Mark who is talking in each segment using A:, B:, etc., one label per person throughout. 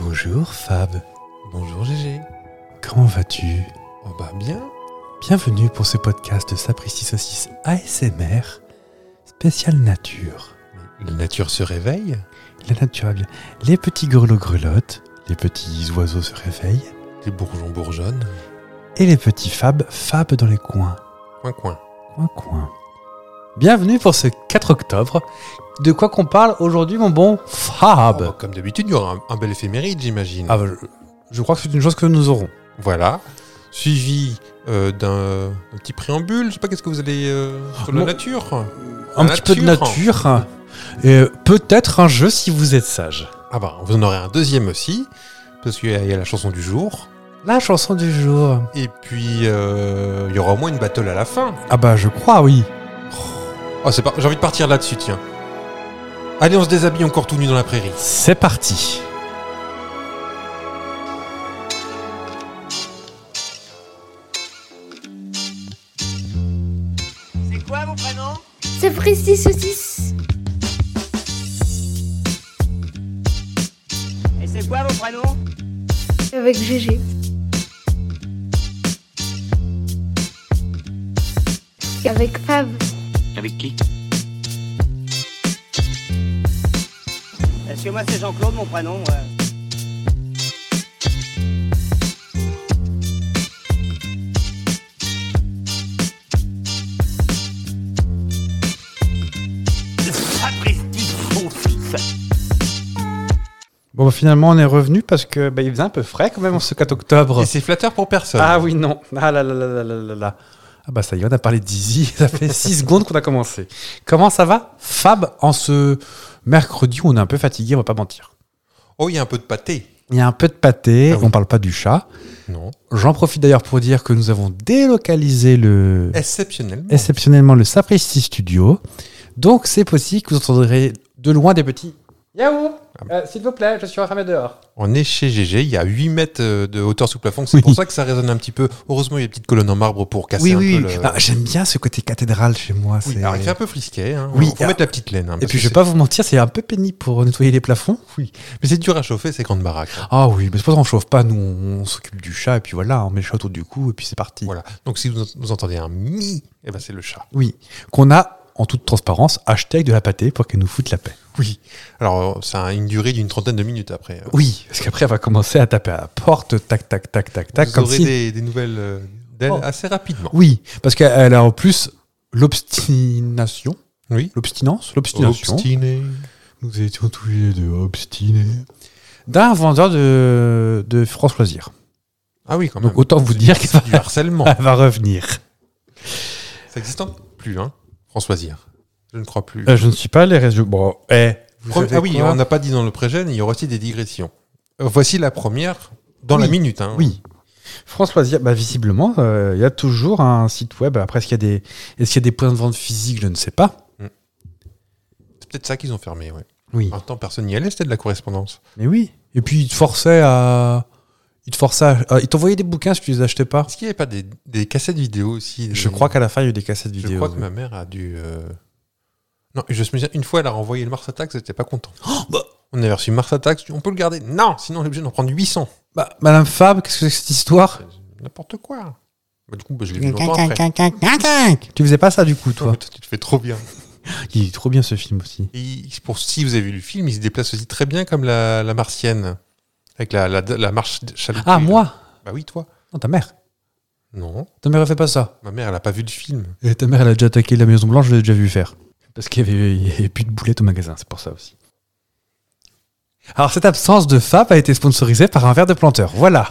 A: Bonjour Fab,
B: Bonjour GG.
A: comment vas-tu
B: Oh bah bien.
A: Bienvenue pour ce podcast de Sapristi Saucisse ASMR, spécial nature.
B: La nature se réveille.
A: La nature va bien. Les petits grelots grelottent, les petits oiseaux se réveillent,
B: Les bourgeons bourgeonnent.
A: et les petits Fab fab dans les coins.
B: Coin coin.
A: Coin coin. Bienvenue pour ce 4 octobre. De quoi qu'on parle aujourd'hui, mon bon Fab
B: Oh, comme d'habitude, il y aura un, un bel éphéméride, j'imagine.
A: ben. Ah ben. bah, je, je crois que c'est une chose que nous aurons.
B: Voilà. Suivi euh, d'un d'un petit préambule. Je sais pas qu'est-ce que vous allez euh, sur la
A: Bon.
B: nature.
A: Un
B: La
A: petit peu de nature, hein, et peut-être un jeu si vous êtes sage.
B: Ah bah vous en aurez un deuxième aussi parce qu'il y, a- il y a la chanson du jour.
A: La chanson du jour.
B: Et puis euh, il y aura au moins une battle à la fin.
A: Ah bah je crois, oui.
B: Oh c'est pas. J'ai envie de partir là-dessus, tiens. Allez, on se déshabille encore tout nu dans la prairie.
A: C'est parti.
C: C'est quoi vos prénoms
D: C'est Fristy Saucisse.
C: Et c'est quoi vos prénoms
D: Avec GG. Avec Fab.
E: Avec qui
C: Parce que moi c'est Jean-Claude mon prénom. ouais.
A: Bon bah, finalement on est revenu parce que bah, il faisait un peu frais quand même en ce 4 octobre.
B: Et c'est flatteur pour personne.
A: Ah oui non. Ah là là là là là là là. Ah bah ça y est, on a parlé de Dizzy. Ça fait 6 secondes qu'on a commencé. Comment ça va Fab, en ce mercredi où on est un peu fatigué, on va pas mentir.
B: Oh, il y a un peu de pâté.
A: Il y a un peu de pâté,
B: Ah oui.
A: on parle pas du chat.
B: Non.
A: J'en profite d'ailleurs pour dire que nous avons délocalisé le...
B: Exceptionnellement.
A: exceptionnellement le Sapristi Studio. Donc c'est possible que vous entendrez de loin des petits Yahoo Euh, S'il vous plaît, je suis enfermé dehors.
B: On est chez GG, il y a 8 mètres euh, de hauteur sous plafond, c'est
A: Oui.
B: pour ça que ça résonne un petit peu. Heureusement, il y a des petites colonnes en marbre pour casser
A: Oui,
B: un
A: oui.
B: peu le...
A: Ah, J'aime bien ce côté cathédrale chez moi.
B: Oui,
A: c'est-
B: alors il fait un peu frisquet, hein.
A: Oui,
B: faut
A: ah.
B: mettre la petite laine. hein,
A: Et
B: parce
A: puis je
B: que
A: vais
B: c'est-
A: pas vous mentir, c'est un peu pénible pour nettoyer les plafonds.
B: Oui, mais c'est dur à chauffer ces grandes baraques. hein.
A: Ah oui, mais c'est pour ça qu'on chauffe pas, nous on, on s'occupe du chat, et puis voilà, on met le chat autour du cou, et puis c'est parti.
B: Voilà, donc si vous, vous entendez un mi, eh ben, c'est le chat.
A: Oui, qu'on a, en toute transparence, hashtag de la pâtée pour qu'elle nous foute la paix.
B: Oui, alors euh, ça a une durée d'une trentaine de minutes après. hein.
A: Oui, parce qu'après elle va commencer à taper à la porte, tac, tac, tac, tac, tac,
B: vous
A: comme
B: aurez
A: si...
B: des, des nouvelles euh, d'elle
A: Oh.
B: assez rapidement.
A: Oui, parce qu'elle a en plus l'obstination.
B: Oui,
A: L'obstinance
B: Oh,
A: L'obstination.
B: obstiné.
A: Nous étions tous les deux obstinés. D'un vendeur de, de France Loisirs.
B: Ah oui, quand même.
A: Donc autant vous
B: C'est
A: dire
B: du-
A: qu'elle
B: c'est du
A: va,
B: harcèlement.
A: elle va revenir.
B: ça existe plus, hein, Françoisir. Je ne crois plus.
A: Euh, je ne suis pas les réseaux. Bon, eh. vous
B: Pre-
A: savez
B: ah oui,
A: quoi
B: on n'a pas dit dans le pré-gène, il y aura aussi des digressions. Euh, voici la première dans
A: Oui.
B: la minute. hein.
A: Oui. France Loisirs, bah, visiblement, euh, il y a toujours un site web. Après, est-ce qu'il y, a des- est-ce qu'il y a des points de vente physiques Je ne sais pas.
B: C'est peut-être ça qu'ils ont fermé. Ouais.
A: Oui.
B: En temps, personne n'y allait, c'était de la correspondance.
A: Mais oui. Et puis, ils te forçaient à. Ils te forçaient à- à- Ils t'envoyaient des bouquins si tu les achetais pas.
B: Est-ce qu'il n'y avait pas des, des cassettes vidéo aussi des-
A: Je crois qu'à la fin, il y a eu des cassettes
B: Je
A: vidéo.
B: crois que ma mère a dû. euh, Non, je me souviens, une fois, elle a renvoyé le Mars Attack, c'était pas content.
A: bah.
B: On avait reçu Mars Attack, on peut le garder. Non, sinon on est obligé d'en prendre 800.
A: Bah, Madame Fab, qu'est-ce que c'est que cette histoire
B: N'importe quoi. Bah, du coup, bah, je l'ai vu longtemps après.
F: Tintin,
A: Tu faisais pas ça du coup, toi
B: Toi, tu te fais trop bien.
A: Il est trop bien ce film aussi.
B: Et il- pour, si vous avez vu le film, il se déplace aussi très bien comme la, la martienne. Avec la, la, la marche chaloupée.
A: Ah,
B: là.
A: moi
B: Bah oui, toi.
A: Non, ta mère.
B: Non.
A: Ta mère, elle fait pas ça.
B: Ma mère, elle a pas vu le film.
A: Et ta mère, elle a déjà attaqué la Maison Blanche, je l'ai déjà vu faire. Parce qu'il y avait, il y avait plus de boulettes au magasin, c'est pour ça aussi. Alors, cette absence de Fab a été sponsorisée par un verre de planteur. Voilà.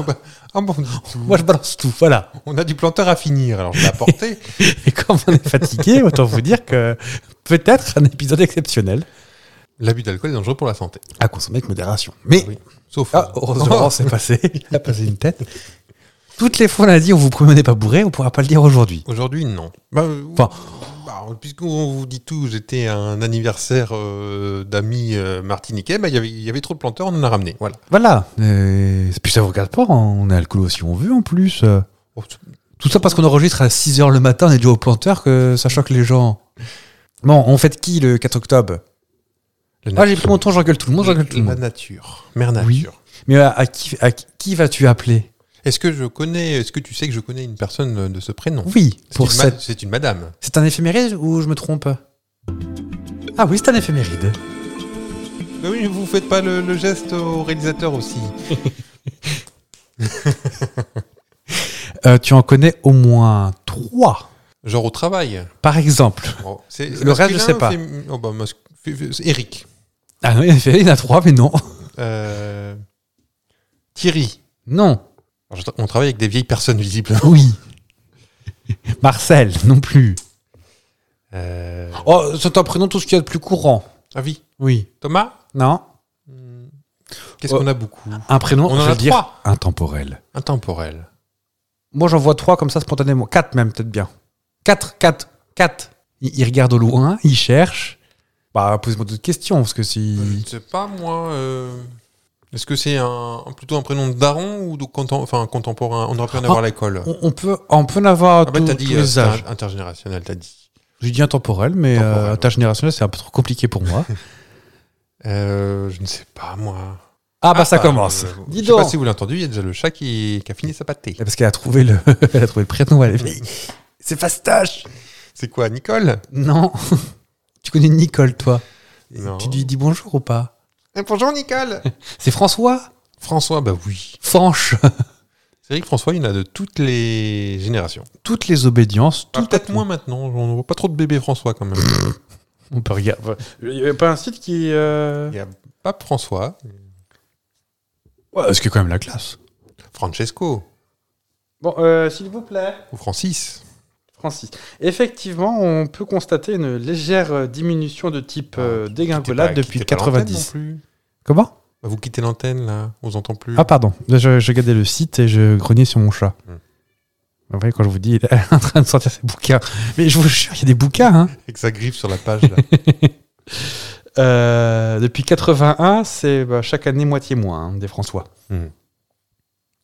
B: Ah bon,
A: Moi, je balance tout. Voilà.
B: on a du planteur à finir, alors je l'ai apporté.
A: Et comme on est fatigué, autant vous dire que peut-être un épisode exceptionnel
B: L'abus d'alcool est dangereux pour la santé.
A: à consommer avec modération. Mais
B: Oui. Sauf.
A: Ah, heureusement, c'est passé. Il a passé une tête. Toutes les fois, on a dit on vous promet, on n'est pas bourré, on pourra pas le dire aujourd'hui.
B: Aujourd'hui, non. Bah, euh,
A: Enfin.
B: bah, puisqu'on vous dit tout, j'étais à un anniversaire euh, d'amis euh, martiniquais, bah, il y avait- il y avait trop de planteurs, on en a ramené. Voilà.
A: Voilà. Et puis ça vous regarde pas, hein. on est alcoolo si on veut en plus.
B: Oh, c'est-
A: Tout ça parce qu'on enregistre à 6h le matin, on est déjà au planteur, que ça choque les gens. Bon, on fête qui le 4 octobre
B: La
A: Ah, j'ai pris mon temps, j'engueule tout le monde, j'engueule tout le
B: La
A: monde.
B: nature. Mère
A: Oui.
B: nature.
A: Mais euh, à, à qui, à qui vas-tu appeler
B: Est-ce que je connais, est-ce que tu sais que je connais une personne de ce prénom
A: Oui,
B: C'est
A: pour
B: une ma-
A: cette.
B: C'est une madame.
A: C'est un éphéméride ou je me trompe Ah oui, c'est un éphéméride.
B: Bah oui, vous faites pas le, le geste au réalisateur aussi.
A: Euh, tu en connais au moins trois,
B: Genre au travail.
A: par exemple.
B: Oh, c'est-
A: Le reste,
B: c'est
A: je
B: masculin,
A: sais pas.
B: fém- oh, bah, mascu- fé- fé- c'est Eric.
A: Ah non, il y en a- il y en a trois, mais non.
B: Euh, Thierry.
A: Non.
B: Alors, je tra- on travaille avec des vieilles personnes, visiblement.
A: Oui. Marcel, non plus.
B: Euh,
A: Oh, c'est un prénom tout ce qu'il y a de plus courant.
B: ah oui.
A: Oui.
B: Thomas
A: Non
B: Hmm. Qu'est-ce
A: Oh.
B: qu'on a beaucoup
A: Un prénom,
B: On en
A: je
B: a
A: vais le dire,
B: trois.
A: intemporel.
B: Intemporel.
A: Moi, j'en vois trois comme ça spontanément. Quatre même, peut-être bien. Quatre, quatre, quatre. Il, il regarde au loin, il cherche. Bah, posez-moi d'autres questions, parce que
B: Je
A: si...
B: ne sais pas, moi. euh, Est-ce que c'est un, plutôt un prénom de daron ou de contem- enfin, contemporain On aurait pu en avoir à l'école.
A: On, on peut, on peut en avoir
B: Ah bah,
A: tous,
B: t'as
A: tous
B: dit euh,
A: les âges.
B: inter- intergénérationnel, t'as dit.
A: J'ai dit intemporel, mais
B: Temporel,
A: euh,
B: ouais.
A: intergénérationnel, c'est un peu trop compliqué pour moi.
B: Euh, je ne sais pas, moi.
A: ah, bah, ça
B: bah,
A: commence.
B: euh, je
A: Dis
B: sais
A: donc.
B: pas si vous l'avez entendu, il y a déjà le chat qui, qui a fini sa pâtée.
A: Eh, Parce qu'elle a trouvé le, elle a trouvé le prénom. Elle a fait, c'est Fastache.
B: C'est quoi, Nicole
A: Non. tu connais Nicole, toi.
B: Non.
A: Tu lui dis bonjour ou pas
B: Eh, Bonjour, Nicole
A: C'est François
B: François, bah oui.
A: Fanche.
B: C'est vrai que François, il y en a de toutes les générations.
A: Toutes les obédiences,
B: Ah,
A: tout
B: Peut-être moins maintenant, on ne voit pas trop de bébés François quand même.
A: On peut regarder. Il n'y a pas un site qui.
B: il n'y a pas François,
A: Ouais, ce qui est quand même la classe.
B: Francesco
A: Bon, s'il vous plaît,
B: ou Francis.
A: Francis. Effectivement, on peut constater une légère euh, diminution de type
B: euh,
A: dégringolade
B: Quittez pas-
A: depuis
B: quittez pas l'antenne
A: 90.
B: non plus.
A: Comment
B: Bah, vous quittez l'antenne là, on vous entend plus.
A: Ah pardon, je, je regardais le site et je grognais sur mon chat.
B: Hmm.
A: Vous voyez, quand je vous dis, il est en train de sortir ses bouquins. Mais je vous jure, il y a des bouquins. hein.
B: Et que ça griffe sur la page là.
A: Euh, depuis 81, c'est bah, chaque année moitié moins hein, des François.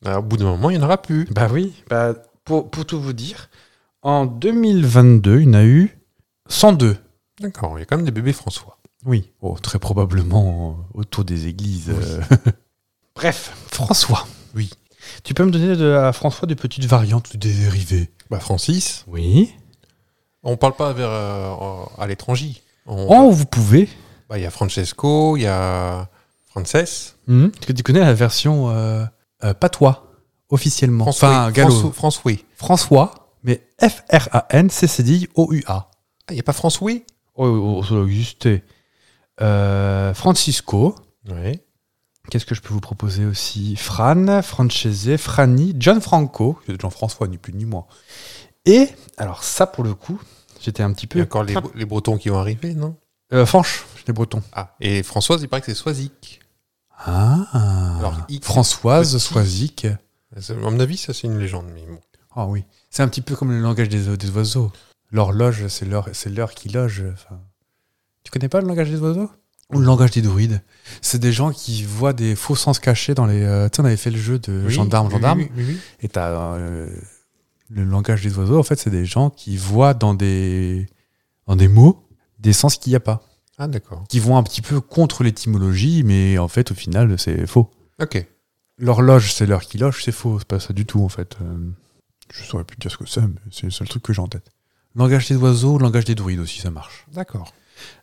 B: Alors, au bout d'un moment, il n'y en aura plus.
A: Bah oui, bah, pour, pour tout vous dire, en 2022, il y en a eu 102.
B: D'accord, il y a quand même des bébés François.
A: Oui. Oh, très probablement euh, autour des églises. euh. Bref, François.
B: Oui.
A: Tu peux me donner de, à François des petites variantes ou des dérivés
B: Bah Francis,
A: Oui.
B: on parle pas vers euh, à l'étranger. On-
A: Oh, vous pouvez.
B: bah, Il y a Francesco, il y a Frances,
A: Mhm. Est-ce que tu connais la version euh, euh, patois, officiellement Enfin,
B: François,
A: gallo.
B: François- François.
A: François, mais F-R-A-N-C-C-D-I-O-U-A.
B: Ah, il n'y a pas François
A: Oh, oh, ça doit exister. Euh, Francisco.
B: Oui.
A: Qu'est-ce que je peux vous proposer aussi Fran, Francese, Franny, John Franco. Jean-François, ni plus ni moins. Et, alors ça, pour le coup, j'étais un petit
B: Il y
A: peu...
B: a encore les, les Bretons qui vont arriver, non
A: Euh, Fanche, les Bretons.
B: Ah, et Françoise, il paraît que c'est Soisic.
A: Ah
B: Alors, X,
A: Françoise,
B: petit.
A: Soisic.
B: À mon avis, ça c'est une légende, mais bon.
A: Ah oui. C'est un petit peu comme le langage des, o- des oiseaux. L'horloge, c'est l'heure, c'est l'heure qui loge. enfin. Tu connais pas le langage des oiseaux Ou le langage des druides C'est des gens qui voient des faux sens cachés dans les. euh, tu sais, on avait fait le jeu de
B: Oui,
A: gendarme,
B: oui,
A: gendarme.
B: oui, oui, oui.
A: Et t'as euh, le langage des oiseaux. En fait, c'est des gens qui voient dans des dans des mots des sens qu'il n'y a pas,
B: Ah, d'accord.
A: qui vont un petit peu contre l'étymologie, mais en fait, au final, c'est faux.
B: Ok.
A: L'horloge, c'est l'heure qui loge, c'est faux, c'est pas ça du tout en fait. Euh, je saurais plus te dire ce que c'est, mais c'est le seul truc que j'ai en tête. Langage des oiseaux, langage des druides aussi, ça marche.
B: D'accord.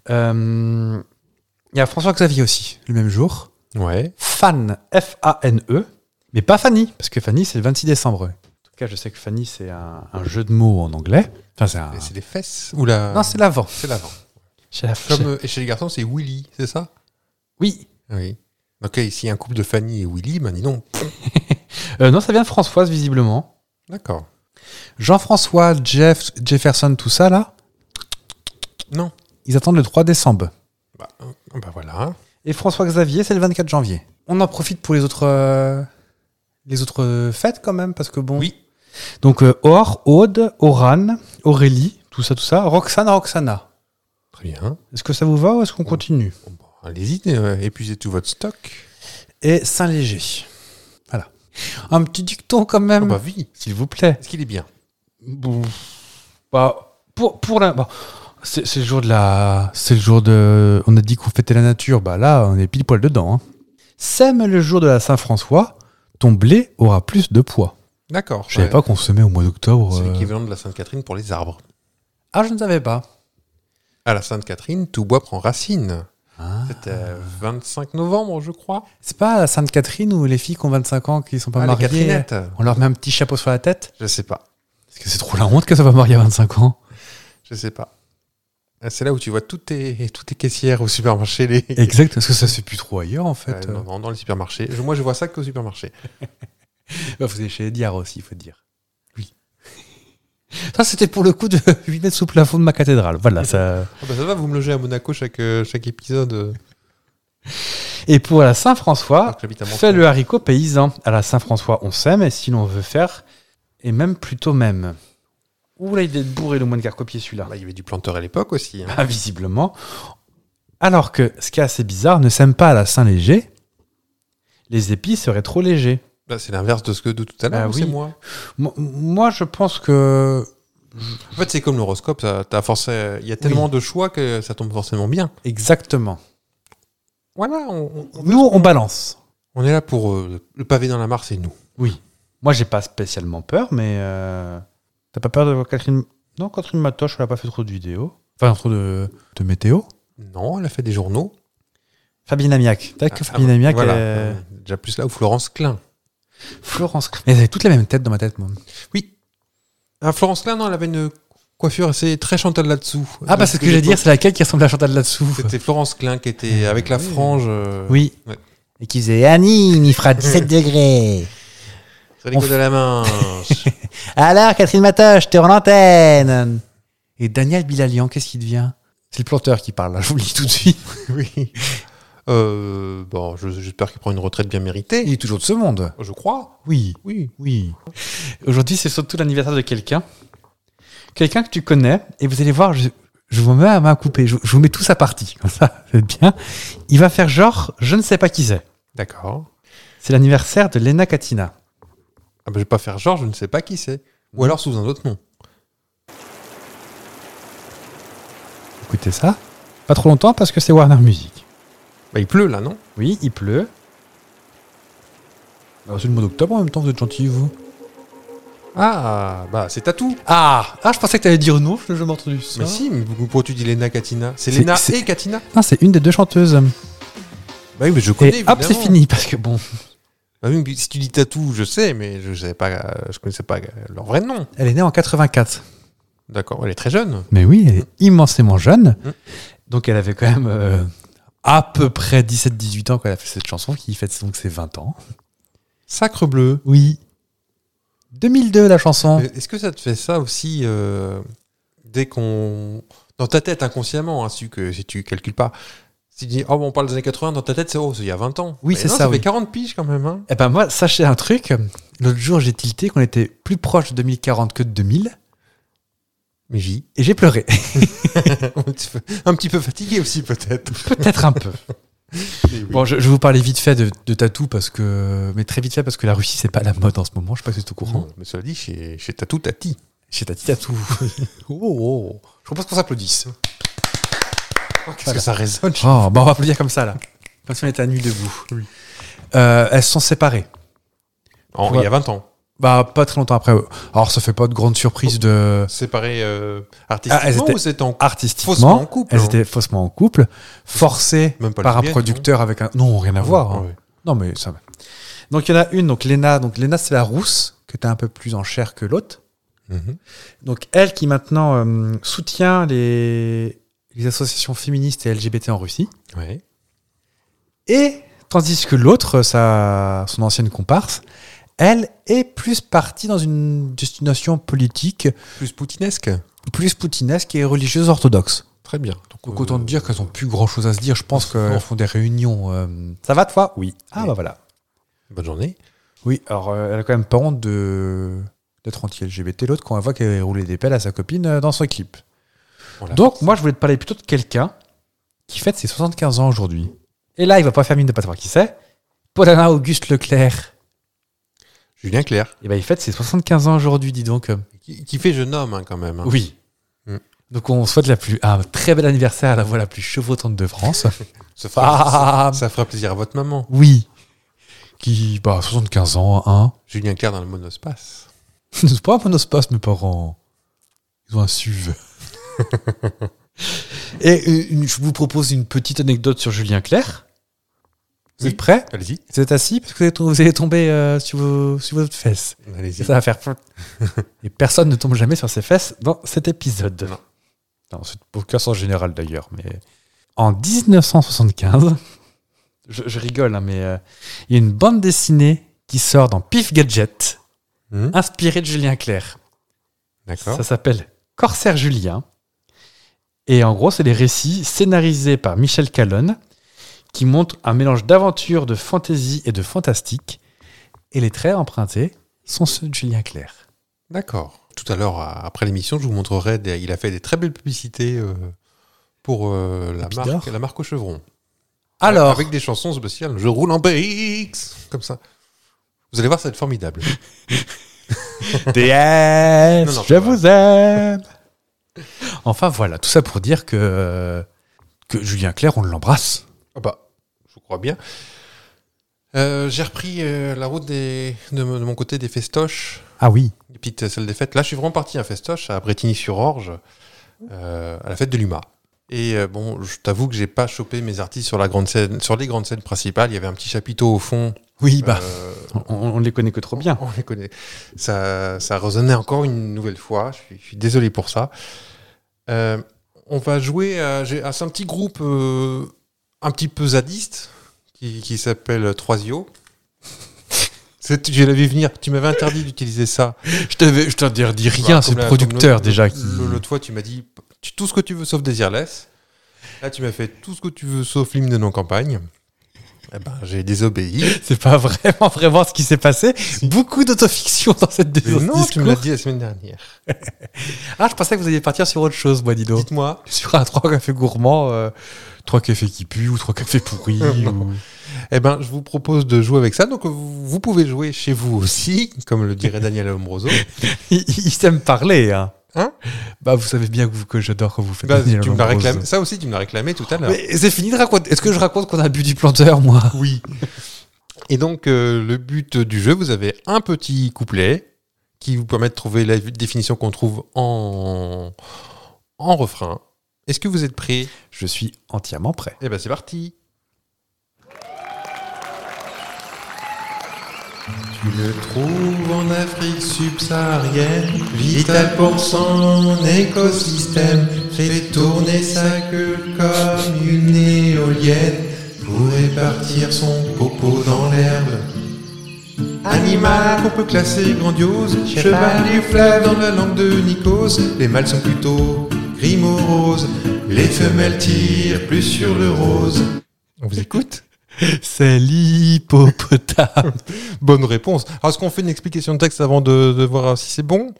A: Euh, Il y a François-Xavier aussi, le même jour.
B: Ouais.
A: Fan, F-A-N-E, E, mais pas Fanny, parce que Fanny, c'est le 26 décembre. En tout cas, je sais que Fanny, c'est un, un jeu de mots en anglais. Enfin, c'est un...
B: Et C'est les fesses ou la.
A: Ah. Non, c'est l'avant.
B: c'est l'avant.
A: J'ai la-
B: Comme,
A: j'ai-
B: euh, et chez les garçons, c'est Willy, c'est ça
A: Oui.
B: Oui. Ok, s'il y a un couple de Fanny et Willy, ben dis donc.
A: Euh, non, ça vient de Françoise, visiblement.
B: D'accord.
A: Jean-François, Jeff, Jefferson, tout ça, là
B: Non.
A: Ils attendent le 3 décembre.
B: Bah, euh, bah voilà.
A: Et François-Xavier, c'est le 24 janvier. On en profite pour les autres, euh, les autres euh, fêtes quand même, parce que bon.
B: Oui.
A: Donc euh, Or, Aude, Oran, Aurélie, tout ça, tout ça. Roxane, Roxana.
B: Très bien.
A: Est-ce que ça vous va ou est-ce qu'on continue
B: Bon, bon, Allez-y, euh, épuisez tout votre stock.
A: Et Saint-Léger. Voilà. Un petit dicton quand
B: Ah
A: même.
B: bah oui.
A: S'il vous plaît.
B: Est-ce qu'il est bien
A: Bon. Bah, pour, pour la. bah, c'est c'est le jour de la. C'est le jour de. On a dit qu'on fêtait la nature. Bah là, on est pile poil dedans. hein. Sème le jour de la Saint-François, ton blé aura plus de poids.
B: D'accord.
A: Je savais
B: ouais.
A: pas qu'on semait au mois d'octobre.
B: C'est
A: euh.
B: l'équivalent de la Sainte-Catherine pour les arbres.
A: Ah, je ne savais pas.
B: À la Sainte-Catherine, tout bois prend racine.
A: Ah.
B: C'était euh, 25 novembre, je crois.
A: C'est pas à la Sainte-Catherine où les filles qui ont 25 ans, qui sont pas
B: Ah, les
A: mariées,
B: Catherinettes.
A: on leur met un petit chapeau sur la tête
B: Je sais pas.
A: Parce que c'est trop la honte qu'elles soient pas mariées à 25 ans.
B: Je sais pas. Ah, C'est là où tu vois toutes tes, toutes tes caissières au supermarché. Les...
A: Exact, parce que ça c'est plus trop ailleurs en
B: Ouais,
A: fait. euh,
B: non, non, dans les supermarchés. Je- Moi, je vois ça qu'au supermarché.
A: Bah, vous êtes chez Ediard aussi, il faut dire. Oui. Ça c'était pour le coup de 8 mètres sous plafond de ma cathédrale. Voilà, ça.
B: Ah bah, ça va, vous me logez à Monaco chaque, euh, chaque épisode. euh,
A: Ah, Et pour la Saint-François,
B: alors que j'habite à
A: fais
B: Montréal.
A: le haricot paysan. À la Saint-François, on sème, et si l'on veut faire, et même plutôt même. Ouh là, il est bourré le moine copier celui-là.
B: Bah, il y avait du planteur à l'époque aussi. hein.
A: Bah, visiblement. Alors que ce qui est assez bizarre, ne sème pas à la Saint-Léger, les épis seraient trop légers.
B: Bah, c'est l'inverse de ce que de tout à l'heure,
A: Bah
B: ou
A: oui.
B: c'est moi.
A: Mo- Moi, je pense que.
B: En fait, c'est comme l'horoscope, ça- t'as forcé- il y a tellement de choix que ça tombe forcément bien.
A: Exactement.
B: Voilà, on, on-
A: Nous, on balance.
B: on est là pour euh, le pavé dans la mare, c'est nous.
A: Oui. Moi, j'ai pas spécialement peur, mais. euh, T'as pas peur de voir Catherine. Non, Catherine Matoche, elle a pas fait trop de vidéos. Enfin, trop de, de météo.
B: Non, elle a fait des journaux.
A: Fabienne Amiac. T'as que
B: Ah,
A: Fabienne Amiac.
B: voilà.
A: elle-
B: Euh, Déjà plus là, ou Florence Klein.
A: Florence. Mais elles avaient toutes la même tête dans ma tête, moi.
B: Oui. Ah, Florence Klein, non, elle avait une coiffure assez très Chantal là-dessous.
A: Ah, bah, c'est ce que j'allais dire, c'est laquelle qui ressemble à Chantal là-dessous.
B: C'était Florence Klein qui était avec la frange. euh,
A: Oui.
B: Ouais.
A: Et qui faisait Annie, il fera 17 degrés.
B: Sur les coups de la main.
A: Alors, Catherine Matoche, t'es en antenne. Et Daniel Bilalian, qu'est-ce qu'il devient C'est le planteur qui parle, là, je vous le dis tout de suite.
B: oui. Euh, bon, je- j'espère qu'il prend une retraite bien méritée.
A: est toujours de ce monde.
B: Je crois.
A: Oui,
B: Oui.
A: oui. Aujourd'hui, c'est surtout l'anniversaire de quelqu'un. Quelqu'un que tu connais, et vous allez voir, je, je vous mets à main coupée, je, je vous mets tous à partie, comme ça, vous êtes bien. Il va faire genre, je ne sais pas qui c'est.
B: D'accord.
A: C'est l'anniversaire de Lena Katina.
B: Ah bah, je vais pas faire genre, je ne sais pas qui c'est. Ou alors sous un autre nom.
A: Écoutez ça, pas trop longtemps parce que c'est Warner Music.
B: Bah, il pleut là, non
A: Oui, il pleut. Ah, c'est le mois d'octobre en même temps, vous êtes gentil, vous.
B: Ah, bah c'est Tatou.
A: Ah, ah je pensais que t'allais dire non, je Ah. m'ai entendu ça.
B: Mais si, mais pourquoi tu dis Lena Katina C'est
A: C'est-
B: Lena
A: c'est-
B: et Katina
A: Non, c'est une des deux chanteuses.
B: Bah oui, mais je
A: Et hop, c'est fini, parce que bon,
B: Bah oui, mais si tu dis Tatou, je sais, mais je savais pas, euh, je connaissais pas euh, leur vrai nom.
A: elle est née en 84.
B: D'accord, elle est très jeune.
A: Mais oui, elle est immensément jeune.
B: Mm.
A: Donc elle avait quand même euh, à peu près 17-18 ans quand elle a fait cette chanson, qui fête donc ses 20 ans.
B: Sacre bleu.
A: Oui. 2002, la chanson.
B: Mais Est-ce que ça te fait ça aussi euh, dès qu'on. Dans ta tête, inconsciemment, hein, si, que, si tu calcules pas. Si tu dis, oh, on parle des années 80, dans ta tête, c'est oh, c'est il y a 20 ans.
A: Oui,
B: Mais
A: c'est
B: non,
A: ça,
B: Ça fait
A: oui.
B: 40 piges quand même. Hein.
A: Eh ben moi, sachez un truc, l'autre jour j'ai tilté qu'on était plus proche de 2040 que de 2000,
B: Mais j'y.
A: et j'ai pleuré.
B: un petit peu- un petit peu fatigué aussi, peut-être.
A: Peut-être un peu. Bon, je, je vais vous parler vite fait de, de tatou parce que, mais très vite fait parce que la Russie c'est pas la mode en ce moment. Je sais pas si c'est au courant.
B: Non, mais cela dit, chez, chez Tatou Tati.
A: Chez Tati Tatou.
B: Oh, Je propose qu'on s'applaudisse. Qu'est-ce
A: Voilà.
B: que ça résonne chez-
A: Oh, bah on va applaudir comme ça là, comme si on était à nu debout. Euh, elles se sont séparées.
B: En- Il y a 20 ans.
A: Bah pas très longtemps après. Alors ça fait pas de grande surprise de
B: Séparés euh, artistiquement
A: étaient-
B: ou c'était en
A: artistiquement.
B: Faussement en couple,
A: Elles
B: hein.
A: étaient faussement en couple, forcées
B: Même pas
A: par un
B: lesbiennes,
A: producteur avec un. Non, rien à voir. hein.
B: Ouais.
A: Non mais ça. va. Donc il y en a une, donc Lena, donc Lena c'est la rousse qui était un peu plus en chair que l'autre.
B: Mhm.
A: Donc elle qui maintenant euh, soutient les, les associations féministes et LGBT en Russie.
B: Ouais.
A: Et tandis que l'autre, sa- son ancienne comparse, elle est plus partie dans une destination politique
B: Plus poutinesque.
A: plus poutinesque et religieuse orthodoxe.
B: Très bien. Donc,
A: Donc
B: euh,
A: autant te dire qu'elles n'ont plus grand-chose à se dire. Je pense
B: Non.
A: qu'elles font des réunions. euh, Ça va toi Oui. Ah
B: Oui.
A: bah voilà.
B: Bonne journée.
A: Oui, alors euh, elle a quand même pas honte de d'être anti-LGBT l'autre quand elle voit qu'elle roulait des pelles à sa copine euh, dans son clip.
B: On l'a
A: Donc, moi, je voulais te parler plutôt de quelqu'un qui fête ses 75 ans aujourd'hui. Et là, il va pas faire mine de pas savoir qui c'est. Paul Alain Auguste Leclerc. Eh
B: Julien Clerc,
A: Et ben, il fête ses 75 ans aujourd'hui, dis donc.
B: qui, qui fait jeune homme hein, quand même. hein.
A: Oui.
B: Mm.
A: Donc on souhaite la plus, un très bel anniversaire à la voix la plus chevrotante de France.
B: Ça fera,
A: Femme.
B: Ah, ça fera plaisir à votre maman.
A: Oui. Qui, bah, 75 ans, hein.
B: Julien Clerc dans le monospace.
A: C'est pas un monospace, mes parents. Ils ont un SUV. Et euh, une- je vous propose une petite anecdote sur Julien Clerc. Vous
B: Oui.
A: êtes prêts
B: Allez-y.
A: Vous êtes assis parce que vous allez tom- vous allez tomber euh, sur, vos, sur votre fesse.
B: Allez-y.
A: Et ça va faire pfff. Et personne ne tombe jamais sur ses fesses dans cet épisode.
B: Non.
A: Non, c'est pour le en général d'ailleurs, mais en 1975, je, je rigole, hein, mais euh, il y a une bande dessinée qui sort dans Pif Gadget, Hum.
B: Mhm.
A: inspirée de Julien Clerc.
B: D'accord.
A: Ça s'appelle Corsaire Julien. Et en gros, c'est des récits scénarisés par Michel Calonne qui montrent un mélange d'aventure, de fantaisie et de fantastique. Et les traits empruntés sont ceux de Julien Clerc.
B: D'accord. Tout à l'heure, à- après l'émission, je vous montrerai. des- il a fait des très belles publicités euh, pour euh, la,
A: Bidor
B: marque, la marque au chevron.
A: Alors,
B: Avec des chansons spéciales. Je roule en BX. Comme ça. Vous allez voir, ça va être formidable.
A: DS,
B: Non, non,
A: je
B: pas vrai.
A: vous aime. Enfin voilà, tout ça pour dire que, que Julien Clerc, on l'embrasse.
B: Ah bah, je crois bien. Euh, J'ai repris euh, la route des, de, mon- de mon côté des festoches,
A: Ah oui.
B: des petites salles des fêtes. Là, je suis vraiment parti à un festoche à Bretigny-sur-Orge, euh, à la fête de l'UMA. Et euh, bon, je t'avoue que j'ai pas chopé mes artistes sur la grande scène, sur les grandes scènes principales. Il y avait un petit chapiteau au fond.
A: Oui, bah,
B: euh,
A: on, on les connaît que trop bien.
B: on les connaît. Ça, ça résonnait encore une nouvelle fois. Je suis, je suis désolé pour ça. Euh, on va jouer à, j'ai- à c'est un petit groupe euh, un petit peu zadiste qui, qui s'appelle Troisio. C'est- Je l'avais venir. Tu m'avais interdit d'utiliser ça.
A: Je t'avais, je t'interdis
B: Voilà,
A: rien, c'est
B: bah, comme
A: le
B: la-
A: producteur
B: comme le-
A: déjà
B: le-
A: qui.
B: le- L'autre fois, tu m'as dit tu- tout ce que tu veux sauf Desireless. Là, tu m'as fait tout ce que tu veux sauf l'hymne de nos campagnes. Eh ben, j'ai désobéi.
A: C'est pas vraiment, vraiment ce qui s'est passé. Beaucoup d'autofiction dans cette
B: Mais
A: décision.
B: non, tu me l'as dit la semaine dernière.
A: Ah, je pensais que vous alliez partir sur autre chose, moi, Dido.
B: Dites-moi,
A: Sur un trois cafés gourmands, euh, trois cafés qui puent ou trois cafés pourris.
B: Euh,
A: ou-
B: Eh ben, je vous propose de jouer avec ça. Donc, vous, vous pouvez jouer chez vous aussi, comme le dirait Daniel Lombroso.
A: Il, il s'aime parler, hein.
B: Hein
A: Bah, vous savez bien que, vous- que j'adore quand vous faites
B: Bah, tu
A: Daniel
B: me l'as
A: Ambrose.
B: réclamé. Ça aussi, tu me l'as réclamé tout à l'heure.
A: Mais c'est fini de raconter. Est-ce que je raconte qu'on a bu du planteur, moi
B: Oui. Et donc, euh, le but du jeu, vous avez un petit couplet qui vous permet de trouver la définition qu'on trouve en, en refrain. Est-ce que vous êtes prêts
A: Je suis entièrement prêt.
B: Eh ben, c'est parti. Tu le trouves en Afrique subsaharienne, vital pour son écosystème, fait tourner sa queue comme une éolienne pour répartir son popo dans l'herbe. Animal qu'on peut classer grandiose, cheval du fleuve dans la langue de Nikos, les mâles sont plutôt gris morose, les femelles tirent plus sur le rose. On vous écoute
A: C'est l'hippopotame.
B: Bonne réponse. Alors, est-ce qu'on fait une explication de texte avant de, de voir si c'est bon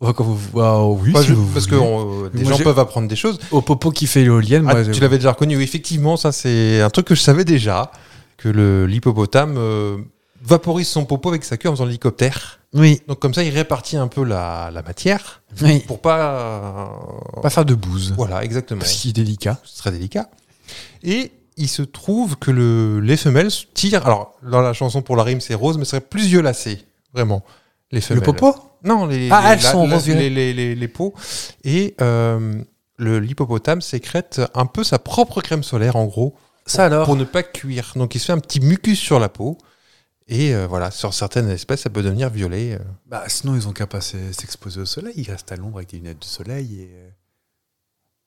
A: Oh, quand vous- ah, oui,
B: Enfin,
A: si
B: je-
A: vous
B: Parce que
A: voulez.
B: on- euh, des
A: Moi,
B: gens
A: j'ai-
B: peuvent apprendre des choses.
A: au popo qui fait l'éolienne,
B: Ah,
A: moi, je-
B: tu l'avais déjà reconnu. Oui, effectivement, ça, c'est un truc que je savais déjà, que le- l'hippopotame euh, vaporise son popo avec sa queue en faisant l'hélicoptère.
A: oui,
B: Donc, comme ça, il répartit un peu la, la matière
A: oui.
B: pour pas... euh,
A: Pas faire de bouse.
B: Voilà, exactement.
A: Ce qui est délicat.
B: c'est très délicat. Et il se trouve que le, les femelles tirent. Alors, dans la chanson pour la rime, c'est rose, mais ce serait plus vieux lacé, vraiment. Les femelles.
A: Le popo
B: Non, les,
A: Ah,
B: les-
A: elles sont roses
B: les,
A: violets.
B: les, les- les peaux. Et euh, le- l'hippopotame sécrète un peu sa propre crème solaire, en gros,
A: Ça alors
B: pour ne pas cuire. Donc, il se fait un petit mucus sur la peau. Et euh, voilà, sur certaines espèces, ça peut devenir violet. euh.
A: bah, Sinon, ils ont qu'à passer s'exposer au soleil. Ils restent à l'ombre avec des lunettes de soleil. Et... euh,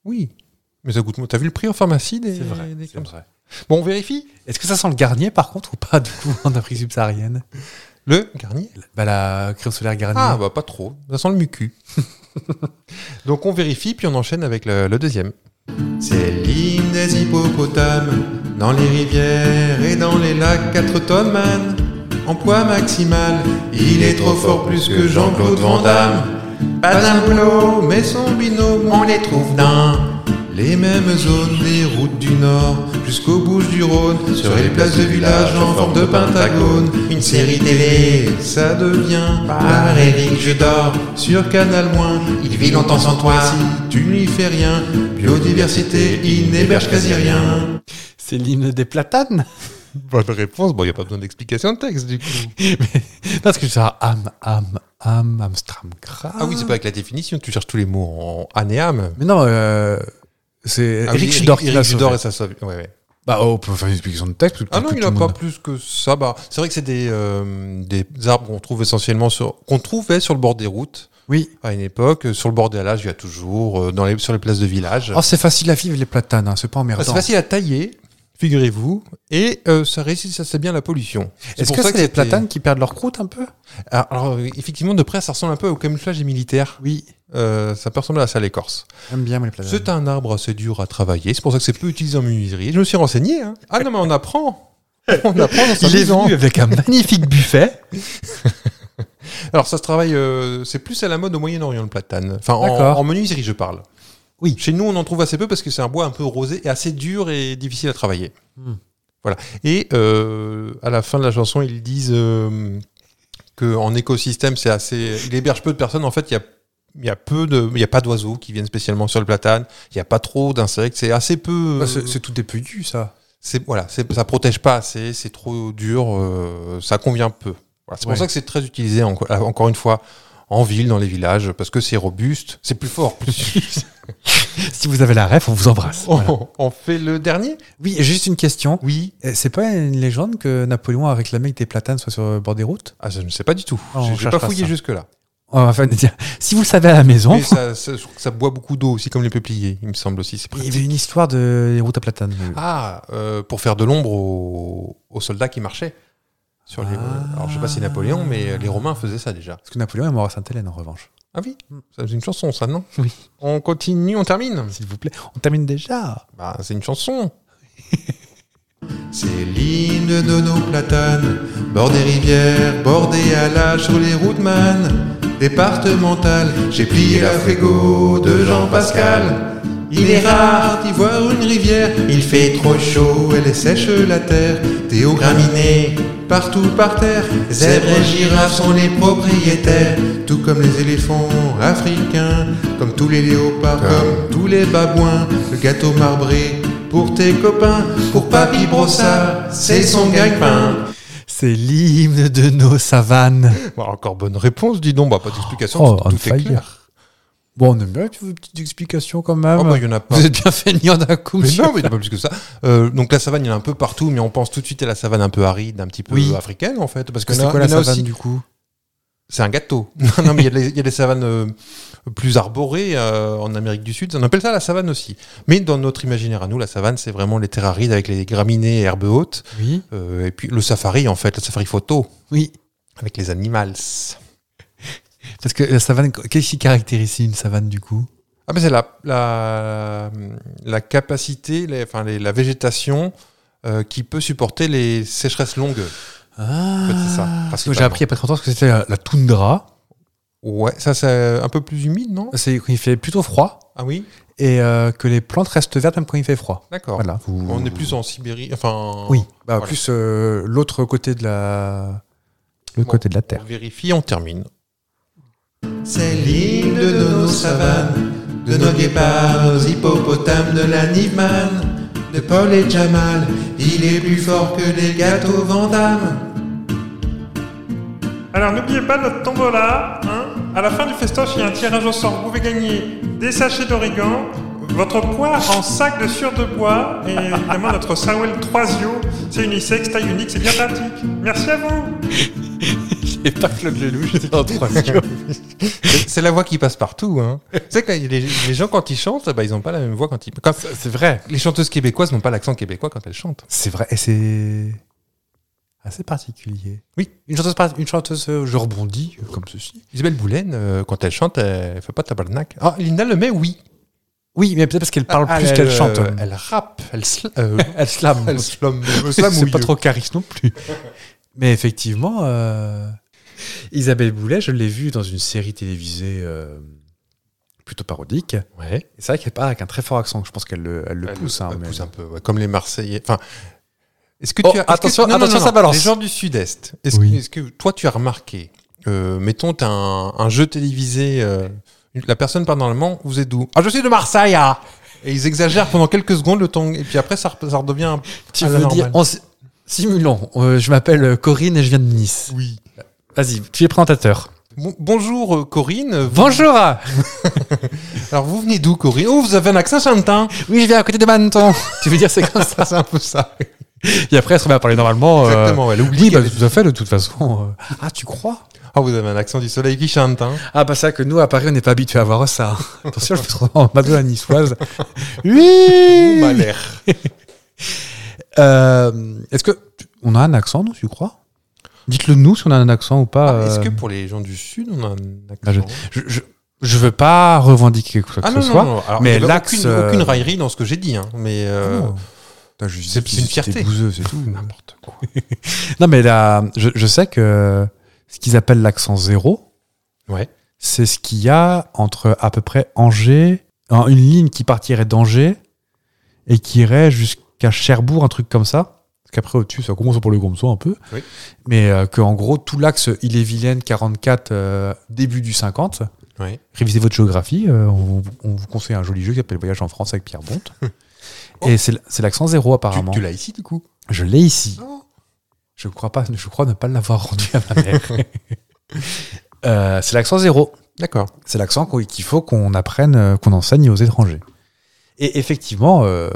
B: Oui. Mais ça goûte moins. T'as vu le prix en pharmacie des,
A: C'est vrai.
B: des-
A: c'est
B: comme ça.
A: vrai.
B: Bon, on vérifie.
A: Est-ce que ça sent le garnier, par contre, ou pas, du coup, en Afrique subsaharienne
B: Le garnier.
A: Bah, la crème solaire garnier.
B: Ah, bah pas trop. Ça sent le mucu. Donc on vérifie, puis on enchaîne avec le, le deuxième. C'est l'hymne des hippopotames, dans les rivières et dans les lacs 4 tonnes man. Emploi maximal, il est trop fort plus que Jean-Claude Van Damme. Pas d'un boulot, mais son binôme, on les trouve dans Les mêmes zones, les routes du Nord jusqu'aux Bouches du Rhône, sur les places de village en forme de pentagone. Une série télé, ça devient par Eric, je dors sur Canal Moins. Il vit longtemps sans toi si tu ne lui fais rien. Biodiversité, il n'héberge quasi rien.
A: C'est l'hymne des platanes
B: Bonne réponse. Bon, il n'y a pas besoin d'explication de texte, du coup.
A: Parce que ça, am, am, am, amstram, Kra.
B: Ah oui, c'est pas avec la définition. Tu cherches tous les mots en âne et âme.
A: Mais non, euh, c'est
B: Ah oui,
A: Eric Judor qui
B: Eric
A: l'a
B: Judor
A: sauvé.
B: et sa sauve- ouais, ouais.
A: Bah, oh, on peut faire une explication de texte.
B: Ah non,
A: tout
B: il
A: le
B: n'a pas
A: monde-
B: plus que ça. Bah, c'est vrai que c'est des, euh, des arbres qu'on trouve essentiellement sur, qu'on trouvait sur le bord des routes
A: Oui.
B: à une époque. Sur le bord des lages, il y a toujours, euh, dans les, sur les places de village.
A: Oh, c'est facile à vivre, les platanes, hein, c'est pas
B: Ah,
A: emmerdant.
B: c'est facile à tailler, figurez-vous, et euh, ça résiste assez bien à la pollution.
A: Est-ce
B: pour
A: que
B: ça
A: c'est les
B: c'était-
A: platanes qui perdent leur croûte un peu
B: Ah, Alors, euh, effectivement, de près, ça ressemble un peu au camouflage des militaires.
A: Oui. Euh.
B: Euh, ça peut ressembler à ça, l'écorce.
A: J'aime bien, moi, les platanes.
B: C'est un arbre assez dur à travailler, c'est pour ça que c'est peu utilisé en menuiserie. Je me suis renseigné. hein. Ah non, mais on apprend On apprend dans sa
A: Il est
B: maison.
A: venu avec un magnifique buffet.
B: Alors ça se travaille, euh, c'est plus à la mode au Moyen-Orient le platane. Enfin, en,
A: D'accord.
B: en menuiserie, je parle.
A: Oui.
B: Chez nous, on en trouve assez peu parce que c'est un bois un peu rosé et assez dur et difficile à travailler.
A: Hmm.
B: Voilà. Et euh, à la fin de la chanson, ils disent euh, que en écosystème, c'est assez. Il héberge peu de personnes. En fait, il y a il y a peu de, il y a pas d'oiseaux qui viennent spécialement sur le platane. Il y a pas trop d'insectes. C'est assez peu.
A: Bah, c'est c'est tout dépouillu, ça.
B: C'est voilà, c'est- ça protège pas assez, c'est trop dur, euh, ça convient peu. Voilà, c'est
A: Ouais.
B: pour ça que c'est très utilisé en- euh, encore une fois en ville, dans les villages, parce que c'est robuste, c'est plus fort. plus-
A: Si vous avez la ref, on vous embrasse.
B: on, on fait le dernier
A: Oui, juste une question.
B: Oh. Oui.
A: Eh, C'est pas une légende que Napoléon a réclamé que des platanes soient sur le bord des routes
B: Ah, je ne sais pas du tout.
A: Ah, on
B: J'ai- J'ai pas
A: cherchera
B: fouillé
A: ça.
B: jusque là.
A: On va faire- dire, si vous le savez à la maison,
B: Mais ça, ça- je trouve que ça boit beaucoup d'eau aussi, comme les peupliers, il me semble aussi. c'est
A: il y
B: pratique.
A: avait une histoire de les routes à platanes.
B: Ah, euh, pour faire de l'ombre aux, aux soldats qui marchaient. Sur les,
A: Ah.
B: Alors je sais pas si Napoléon, mais les Romains faisaient ça déjà.
A: Parce que Napoléon est mort à Sainte-Hélène, en revanche.
B: Ah oui,
A: Hmm.
B: ça c'est une chanson, ça non
A: Oui.
B: On continue, on termine.
A: S'il vous plaît, on termine déjà.
B: Bah, c'est une chanson.
G: C'est l'hymne de nos platanes, bord des rivières, bordé à l'âge sur les routes man, départementales. J'ai plié la frigo de Jean-Pascal. Il est rare d'y voir une rivière, il fait trop chaud, elle sèche la terre. Des hauts graminés, partout par terre, zèbres et girafes sont les propriétaires, tout comme les éléphants africains, comme tous les léopards, comme tous les babouins, le gâteau marbré. Pour tes copains, pour Papy Brossard, c'est son gagne-pain.
A: C'est l'hymne de nos savanes.
B: Bah, encore bonne réponse, dis donc. Bah, pas d'explication,
A: Oh,
B: tout,
A: on
B: tout est
A: fire.
B: clair.
A: Bon, on aime bien vos petites explications quand
B: Ah,
A: même.
B: bah, il y en a pas.
A: vous êtes bien feignant d'un coup,
B: Mais
A: monsieur.
B: non, mais il y en a pas plus que ça. Euh, donc la savane, il y en a un peu partout, mais on pense tout de suite à la savane un peu aride, un petit peu
A: Oui.
B: africaine en fait, parce que
A: C'est
B: là-
A: quoi
B: il
A: la
B: y en a
A: savane
B: aussi-
A: du coup
B: C'est un gâteau. Non, non, mais il y a des- il y, a des savanes euh, plus arborées euh, en Amérique du Sud. On appelle ça la savane aussi. Mais dans notre imaginaire à nous, la savane, c'est vraiment les terres arides avec les graminées et herbes hautes.
A: Oui.
B: Euh, et puis le safari en fait, le safari photo
A: Oui.
B: avec les animals.
A: Parce que la savane, qu'est-ce qui caractérise une savane du coup
B: Ah ben c'est la, la, la capacité, les- enfin les- la végétation euh, qui peut supporter les sécheresses longues.
A: Ah,
B: En fait, c'est
A: Parce
B: ça,
A: que
B: principalement.
A: j'ai appris il n'y a pas très longtemps ce que c'était la, la toundra.
B: Ouais, ça c'est un peu plus humide, non
A: C'est quand il fait plutôt froid
B: Ah oui,
A: et euh, que les plantes restent vertes même quand il fait froid.
B: d'accord.
A: Voilà.
B: On est plus en Sibérie, enfin...
A: Oui. Bah,
B: Voilà.
A: Plus euh, l'autre côté de la. Le
B: Bon.
A: côté de la
B: On
A: terre.
B: vérifie, on termine.
G: C'est l'île de nos savanes, de nos guépards, nos hippopotames, de la Nivman, de Paul et Jamal. Il est plus fort que les gâteaux Vandame.
H: Alors n'oubliez pas notre tombola, hein À la fin du festoche, il y a un tirage au sort. Vous pouvez gagner des sachets d'origan, votre poids en sac de sur de bois et évidemment notre Sawell 3io. C'est unisex, taille unique, c'est bien pratique. Merci à vous.
A: Et pas Claude Lelouch, c'est en trois
B: C'est c'est la voix qui passe partout. Hein. tu sais, quand les, les gens quand ils chantent, bah, ils n'ont pas la même voix quand ils... Quand,
A: C'est vrai.
B: les chanteuses québécoises n'ont pas l'accent québécois quand elles chantent.
A: C'est vrai. Et c'est. assez particulier.
B: Oui.
A: Une chanteuse, par- une chanteuse euh, je rebondis, euh, comme ceci.
B: Isabelle Boulaine, euh, quand elle chante, elle fait pas de tabarnak. Ah, Linda Lemay, oui.
A: Oui, mais peut-être parce qu'elle parle
B: Ah,
A: plus
B: elle,
A: qu'elle
B: euh,
A: chante.
B: Elle rappe, elle, sl- euh,
A: Elle slame.
B: elle slum.
A: C'est pas trop charisme non plus. Mais effectivement, euh, Isabelle Boulet, je l'ai vue dans une série télévisée euh, plutôt parodique. Et
B: Ouais.
A: c'est vrai qu'elle parle avec un très fort accent. Je pense qu'elle le, elle le
B: Elle
A: pousse. hein,
B: elle
A: mais-
B: Ah, pousse un peu, ouais, comme les Marseillais. Enfin, est-ce que
A: Oh,
B: tu as, est-ce que-
A: attention, attention, ça balance.
B: Les gens du Sud-Est. Est-ce
A: Oui.
B: que, est-ce que toi, tu as remarqué, euh, mettons, t'as un, un jeu télévisé, euh, la personne parle normalement, vous êtes d'où Ah, je suis de Marseille. ah et ils exagèrent pendant quelques secondes le ton, et puis après ça, re- ça redevient un
A: Tu
B: à la
A: veux dire,
B: normale.
A: en si- simulons, euh, je m'appelle Corinne et je viens de Nice.
B: Oui.
A: Vas-y, tu es présentateur.
B: Bon- bonjour euh, Corinne. Vous-
A: Bonjour
B: Alors vous venez d'où Corinne Oh, vous avez un accent chantant.
A: Oui, je viens à côté de Menton. tu veux dire, c'est comme ça.
B: c'est un peu ça.
A: Et après, elle se met à parler normalement. euh,
B: Exactement. Elle oublie.
A: Oui, bah,
B: qu'elle-
A: tout à fait, de toute façon. euh. Ah, tu crois
B: Ah, vous avez un accent du soleil qui chante. Hein.
A: Ah bah ça que nous à Paris on n'est pas habitué à voir ça. Attention, je me trouve en madonna niçoise. Oui.
B: Ou l'air.
A: Euh, Est-ce que on a un accent, non Tu crois Dites-le nous si on a un accent ou pas.
B: Ah, Est-ce
A: euh.
B: que pour les gens du Sud, on a un
A: Ah,
B: accent
A: je, je, je veux pas revendiquer quoi que
B: Ah
A: ce
B: non, non,
A: soit.
B: non, alors,
A: mais
B: il y avait
A: l'axe,
B: aucune,
A: euh,
B: aucune raillerie dans ce que j'ai dit, hein, mais euh,
A: Oh. Putain, je dis
B: c'est-
A: qu'ils
B: c'est une
A: étaient
B: fierté.
A: bouseux, c'est tout.
B: n'importe quoi.
A: non mais là, je, je sais que ce qu'ils appellent l'accent zéro,
B: Ouais.
A: c'est ce qu'il y a entre à peu près Angers, hein, une ligne qui partirait d'Angers et qui irait jusqu'à Cherbourg, un truc comme ça. Parce qu'après, au-dessus, ça commence pour le Gromso un peu.
B: Oui.
A: Mais euh, que, en gros, tout l'axe Ille-et-Vilaine 44, euh, début du 50.
B: Ouais.
A: Révisez votre géographie. euh, on, vous- on vous conseille un joli jeu qui s'appelle Voyage en France avec Pierre Bonte. Et c'est l- c'est l'accent zéro,
B: Tu,
A: apparemment.
B: tu l'as ici, du coup
A: Je l'ai ici.
B: Oh.
A: Je crois pas, je crois ne pas l'avoir rendu à ma mère. Euh, c'est l'accent zéro.
B: D'accord.
A: C'est l'accent qu'on- qu'il faut qu'on apprenne, euh, qu'on enseigne aux étrangers. Et effectivement, euh,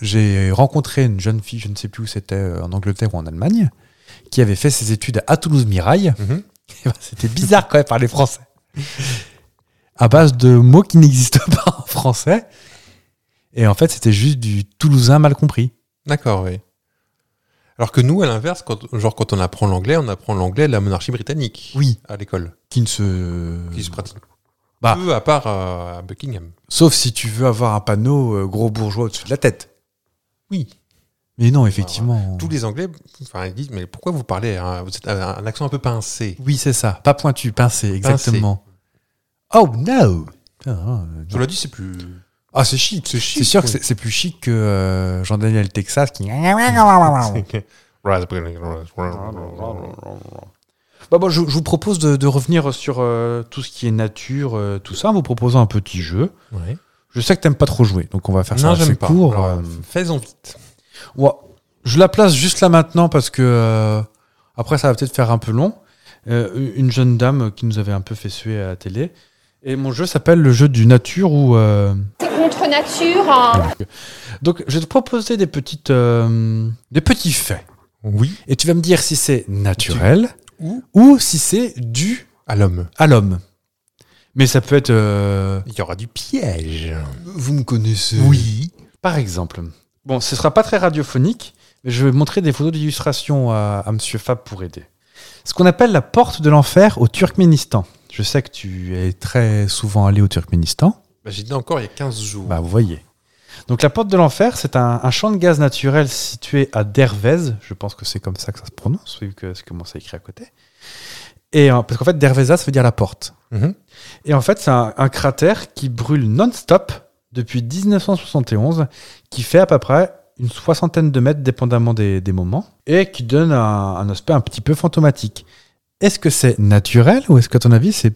A: j'ai rencontré une jeune fille, je ne sais plus où c'était, euh, en Angleterre ou en Allemagne, qui avait fait ses études à Toulouse-Mirail.
B: Mhm.
A: Et ben, C'était bizarre quand même par les Français. À base de mots qui n'existent pas en français. Et en fait, c'était juste du Toulousain mal compris.
B: D'accord, oui. Alors que nous, à l'inverse, quand, genre quand on apprend l'anglais, on apprend l'anglais de la monarchie britannique
A: Oui.
B: à l'école,
A: Qui ne se.
B: qui se pratique
A: Bah.
B: peu à part euh, à Buckingham.
A: Sauf si tu veux avoir un panneau euh, gros bourgeois au-dessus de la tête.
B: Oui.
A: Mais non, effectivement.
B: Tous les Anglais, enfin, ils disent, mais pourquoi vous parlez hein, Vous êtes un, un accent un peu pincé.
A: Oui, c'est ça. Pas pointu, pincé, exactement. Oh no Putain, euh,
B: Je l'ai dit, c'est plus...
A: Ah, c'est chic.
B: C'est chic,
A: C'est sûr
B: oui.
A: que c'est- c'est plus chic que euh, Jean-Daniel Texas qui. Bah bon, je, je vous propose de, de revenir sur euh, tout ce qui est nature, euh, tout ça, en vous proposant un petit jeu.
B: Ouais.
A: Je sais que t'aimes pas trop jouer, donc on va faire
B: Non,
A: ça assez
B: j'aime pas.
A: court.
B: Alors,
A: euh,
B: Fais-en vite.
A: Ouais. Je la place juste là maintenant parce que euh, après ça va peut-être faire un peu long. Euh, une jeune dame qui nous avait un peu fait suer à la télé. Et mon jeu s'appelle le jeu du nature ou... euh,
I: contre nature. hein.
A: Donc je vais te proposer des, petites, euh, des petits faits.
B: Oui.
A: Et tu vas me dire si c'est naturel
B: Ou
A: ou si c'est dû
B: à l'homme.
A: à l'homme. Mais ça peut être... euh,
B: Il y aura du piège.
A: Vous me connaissez
B: Oui.
A: Par exemple. Bon, ce sera pas très radiophonique, mais je vais montrer des photos d'illustration à, à Monsieur Fab pour aider. Ce qu'on appelle la porte de l'enfer au Turkménistan. Je sais que tu es très souvent allé au Turkménistan.
B: Bah, J'y étais encore il y a 15 jours.
A: Bah, vous voyez. Donc, la porte de l'enfer, c'est un, un champ de gaz naturel situé à Dervez. Je pense que c'est comme ça que ça se prononce, vu que c'est comment ça écrit à côté. Et euh, parce qu'en fait, Derveza, ça veut dire la porte.
B: Mhm.
A: Et en fait, c'est un, un cratère qui brûle non-stop depuis 1971, qui fait à peu près une soixantaine de mètres, dépendamment des, des moments, et qui donne un, un aspect un petit peu fantomatique. Est-ce que c'est naturel ou est-ce qu'à ton avis, c'est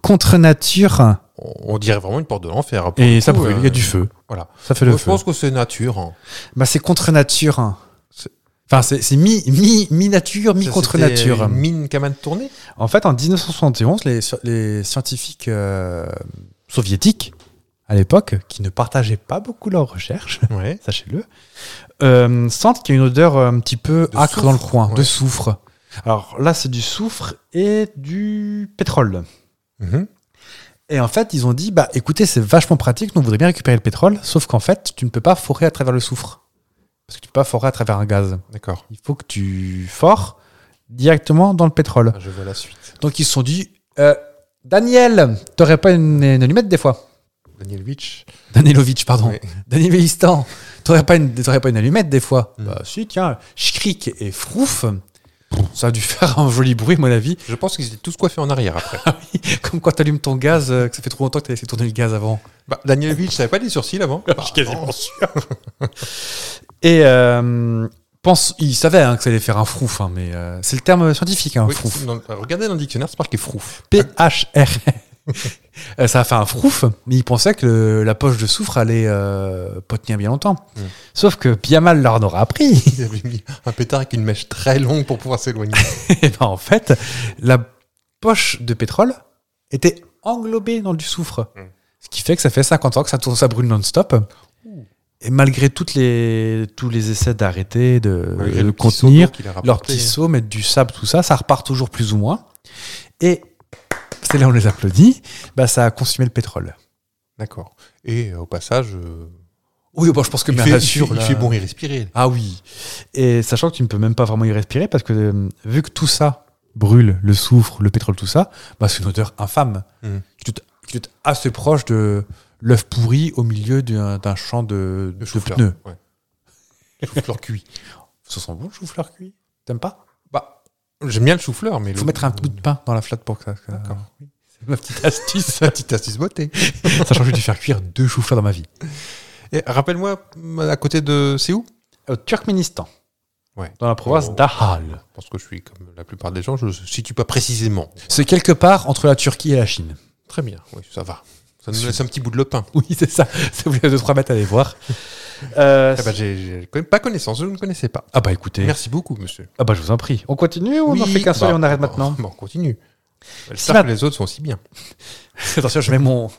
A: contre nature
B: on, on dirait vraiment une porte de l'enfer. pour
A: Et
B: le
A: ça
B: coup,
A: brûle,
B: euh,
A: il y a du feu.
B: voilà.
A: Ça fait le
B: Moi, Je
A: feu.
B: pense que c'est nature. hein.
A: Bah, c'est contre nature.
B: C'est-
A: Enfin, c'est c'est mi, mi, mi nature, mi
B: Ça,
A: contre
B: c'était
A: nature.
B: Une mine qui a mal tourné
A: En fait, en 1971, les, sci- les scientifiques euh, soviétiques, à l'époque, qui ne partageaient pas beaucoup leurs recherches,
B: Ouais.
A: sachez-le, euh, sentent qu'il y a une odeur euh, un petit peu
B: De
A: acre dans le
B: soufre,
A: coin, de
B: ouais.
A: soufre. Alors là, c'est du soufre et du pétrole.
B: Mhm.
A: Et en fait, ils ont dit, bah écoutez, c'est vachement pratique, nous on voudrait bien récupérer le pétrole, sauf qu'en fait, tu ne peux pas forer à travers le soufre. Parce que tu peux pas forer à travers un gaz.
B: D'accord.
A: Il faut que tu fores directement dans le pétrole.
B: Ah, Je vois la suite.
A: Donc ils se sont dit, euh, Daniel, t'aurais pas une, une allumette des fois
B: Daniel Witch.
A: Danilovitch, pardon.
B: Ouais.
A: Daniel Vélistan, Bah, t'aurais pas, une- t'aurais pas une allumette des fois
B: Mm.
A: Bah si, tiens, Schkrik et Frouf Ça a dû faire un joli bruit, à mon avis.
B: Je pense qu'ils étaient tous coiffés en arrière après.
A: Comme quand t'allumes ton gaz, euh, que ça fait trop longtemps que t'as laissé tourner le gaz avant.
B: Bah, Daniel Vich, ça avait pas des sourcils avant Bah,
A: Je suis quasiment sûr. Et euh, pense, il savait hein, que ça allait faire un frouf, hein, mais euh, c'est le terme scientifique, un
B: Oui,
A: frouf.
B: dans- regardez dans le dictionnaire, c'est marqué frouf.
A: P-H-R. Euh, ça a fait un frouf, mais il pensait que le- la poche de soufre allait euh, pas tenir bien longtemps.
B: Mm.
A: Sauf que bien mal leur en aura appris.
B: Ils avaient mis un pétard avec une mèche très longue pour pouvoir s'éloigner.
A: Et ben, en fait, la poche de pétrole était englobée dans du soufre.
B: Mm.
A: Ce qui fait que ça fait 50 ans que ça tourne, ça brûle non-stop. Et malgré toutes les, tous les essais d'arrêter, de,
B: Malgré
A: de
B: le petit seau
A: contenir,
B: d'eau qu'il a
A: leurs
B: rapporté.
A: petits sauts, mettre du sable, tout ça, ça repart toujours plus ou moins. Et c'est là où on les applaudit, bah, ça a consumé le pétrole.
B: D'accord. Et euh, au passage, euh,
A: Oui, bon, je pense que
B: il,
A: bien
B: fait, il
A: sûr,
B: fait- il
A: là-
B: fait bon y respirer.
A: Ah oui. Et sachant que tu ne peux même pas vraiment y respirer parce que euh, vu que tout ça brûle, le soufre, le pétrole, tout ça, bah, c'est une odeur infâme.
B: Mm.
A: Qui doit être- qui doit être assez proche de l'œuf pourri au milieu d'un d'un champ de, de,
B: chou-fleur.
A: pneus.
B: Ouais. Chou-fleur cuit.
A: Ça sent bon le chou-fleur cuit T'aimes pas
B: Bah, j'aime bien le chou-fleur, mais
A: Il
B: le-
A: faut mettre un peu de pain dans la flotte pour que ça. que-
B: D'accord.
A: C'est ma petite astuce.
B: petite astuce beauté.
A: sachant que j'ai dû faire cuire deux chou-fleurs dans ma vie.
B: Et rappelle-moi, euh, à côté de. C'est où
A: Au Turkménistan,
B: Ouais.
A: dans la province
B: Oh.
A: d'Ahal.
B: Je pense que je suis comme la plupart des gens, je ne situe pas précisément.
A: C'est quelque part entre la Turquie et la Chine.
B: Très bien, oui, ça va. Ça nous laisse un petit bout de lopin.
A: Oui, c'est ça. Si vous voulez 2-3 mètres, allez voir. Euh,
B: Ah bah, j'ai j'ai quand même pas connaissance, je ne connaissais pas.
A: Ah bah écoutez,
B: Merci beaucoup, monsieur.
A: ah bah je vous en prie. On continue ou on en
B: Oui,
A: fait qu'un seul
B: bah,
A: et on arrête
B: bah,
A: maintenant
B: bah, on continue.
A: Si
B: J'espère que les autres sont aussi bien.
A: Attention, je mets mon,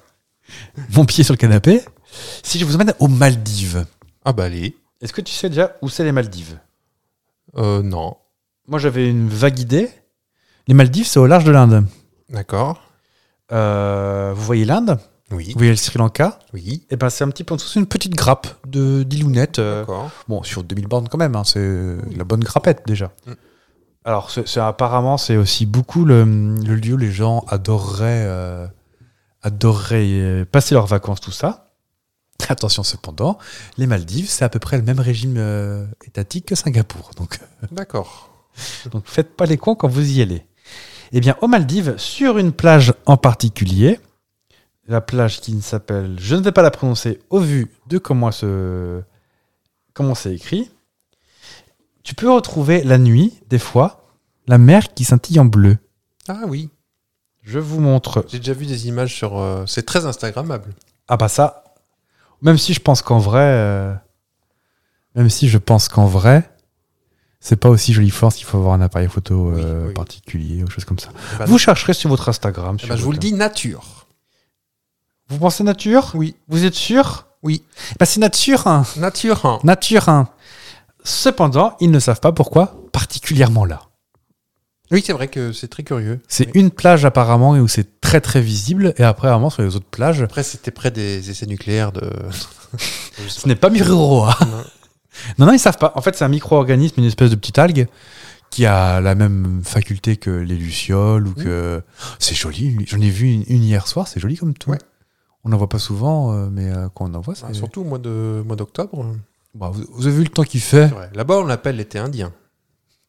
A: mon pied sur le canapé. Si je vous emmène aux Maldives,
B: Ah bah allez,
A: est-ce que tu sais déjà où c'est les Maldives
B: euh, non,
A: Moi j'avais une vague idée. Les Maldives, c'est au large de l'Inde.
B: d'accord,
A: Euh, vous voyez l'Inde
B: oui,
A: Vous voyez le Sri Lanka
B: oui,
A: Et ben c'est un petit peu en dessous, c'est une petite grappe de d'îlounettes. euh,
B: d'accord.
A: Bon, sur 2000 bornes quand même, hein, c'est la bonne grappette déjà.
B: Mm.
A: Alors, c'est c'est- apparemment, c'est aussi beaucoup le, le lieu où les gens adoreraient, euh, adoreraient euh, passer leurs vacances, tout ça. Attention cependant, les Maldives, c'est à peu près le même régime euh, étatique que Singapour. Donc,
B: D'accord.
A: donc faites pas les cons quand vous y allez. Eh bien, aux Maldives, sur une plage en particulier, la plage qui ne s'appelle, je ne vais pas la prononcer au vu de comment se, comment c'est écrit, tu peux retrouver la nuit, des fois, la mer qui scintille en bleu.
B: Ah oui,
A: Je vous montre.
B: j'ai déjà vu des images sur... euh, C'est très Instagrammable.
A: Ah bah ça, même si je pense qu'en vrai, euh, même si je pense qu'en vrai, c'est pas aussi joli force qu'il faut avoir un appareil photo
B: Oui,
A: euh,
B: oui.
A: particulier ou choses comme ça.
B: Eh ben,
A: Vous chercherez sur votre Instagram.
B: eh
A: sur
B: ben, je vous le
A: votre-
B: dis, nature.
A: Vous pensez nature
B: Oui.
A: Vous êtes sûr
B: Oui.
A: Bah c'est nature hein.
B: Nature, hein.
A: Nature hein. Cependant, ils ne savent pas pourquoi particulièrement là.
B: Oui, c'est vrai que c'est très curieux.
A: C'est
B: Oui.
A: une plage apparemment où c'est très très visible et après apparemment sur les autres plages,
B: Après, c'était près des essais nucléaires de...
A: ce n'est pas Mururoa.
B: Non.
A: Non non, ils savent pas. En fait, c'est un micro-organisme, une espèce de petite algue qui a la même faculté que les lucioles ou que c'est joli. une- J'en ai vu une, une hier soir, c'est joli comme tout.
B: Ouais.
A: On n'en voit pas souvent, euh, mais euh, quand on en voit, c'est.
B: Ah, surtout au mois de- mois d'octobre.
A: Bah, vous, vous avez vu le temps qu'il fait.
B: C'est vrai. Là-bas, on l'appelle l'été indien.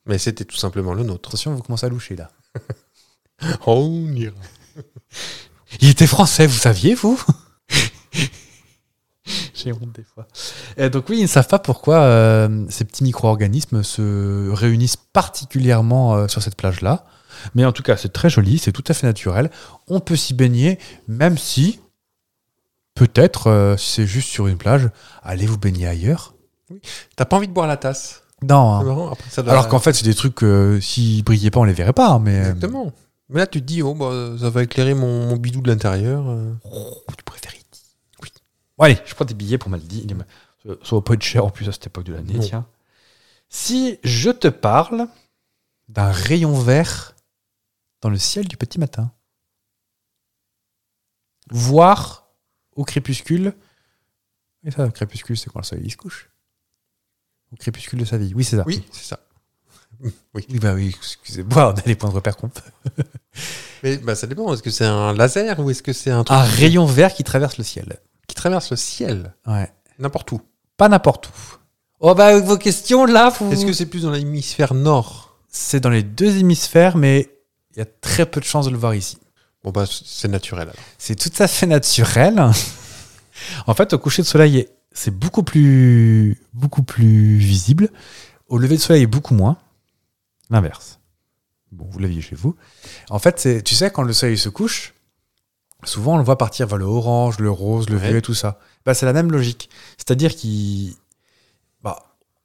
B: Mais c'était tout simplement le nôtre.
A: Attention, vous commencez à loucher là. Oh,
B: On ira.
A: Il était français, vous saviez, vous J'ai honte des fois. Et donc oui, ils ne savent pas pourquoi euh, ces petits micro-organismes se réunissent particulièrement euh, sur cette plage-là. Mais en tout cas, c'est très joli, c'est tout à fait naturel. On peut s'y baigner, même si, peut-être, euh, si c'est juste sur une plage, allez vous baigner ailleurs.
B: T'as pas envie de boire la tasse
A: Non. hein.
B: C'est marrant, après, ça doit-
A: Alors qu'en fait, c'est des trucs que s'ils brillaient pas, on les verrait pas. hein, Mais, euh,
B: Exactement. Mais là, tu te dis, oh, bah, ça va éclairer mon, mon bidou de l'intérieur. euh.
A: tu préfères Oui. allez, je prends des billets pour Maldives. Ça ça va pas être cher en plus à cette époque de l'année,
B: Non.
A: tiens. Si je te parle d'un rayon vert dans le ciel du petit matin, voire au crépuscule. Et ça, au crépuscule, c'est quand le soleil il se couche. Au crépuscule de sa vie. Oui, c'est ça.
B: Oui, c'est ça.
A: Oui, bah oui, excusez-moi, on a les points de repère qu'on peut.
B: Mais bah, ça dépend. Est-ce que c'est un laser ou est-ce que c'est un truc
A: Un rayon vert qui traverse le ciel.
B: qui traverse le ciel
A: Ouais.
B: N'importe où.
A: Pas n'importe où. Oh bah, avec vos questions, là, vous...
B: Est-ce que c'est plus dans l'hémisphère nord
A: c'est dans les deux hémisphères, mais il y a très peu de chances de le voir ici.
B: Bon, bah, c'est naturel. alors.
A: C'est tout à fait naturel. en fait, au coucher de soleil, c'est beaucoup plus, beaucoup plus visible. Au lever de soleil, beaucoup moins. L'inverse. Bon, vous l'aviez chez vous. En fait, c'est- tu sais, quand le soleil se couche, souvent on le voit partir vers le orange, le rose, le
B: Ouais.
A: violet, tout ça. Bah, c'est la même logique. C'est-à-dire qu'il. bah,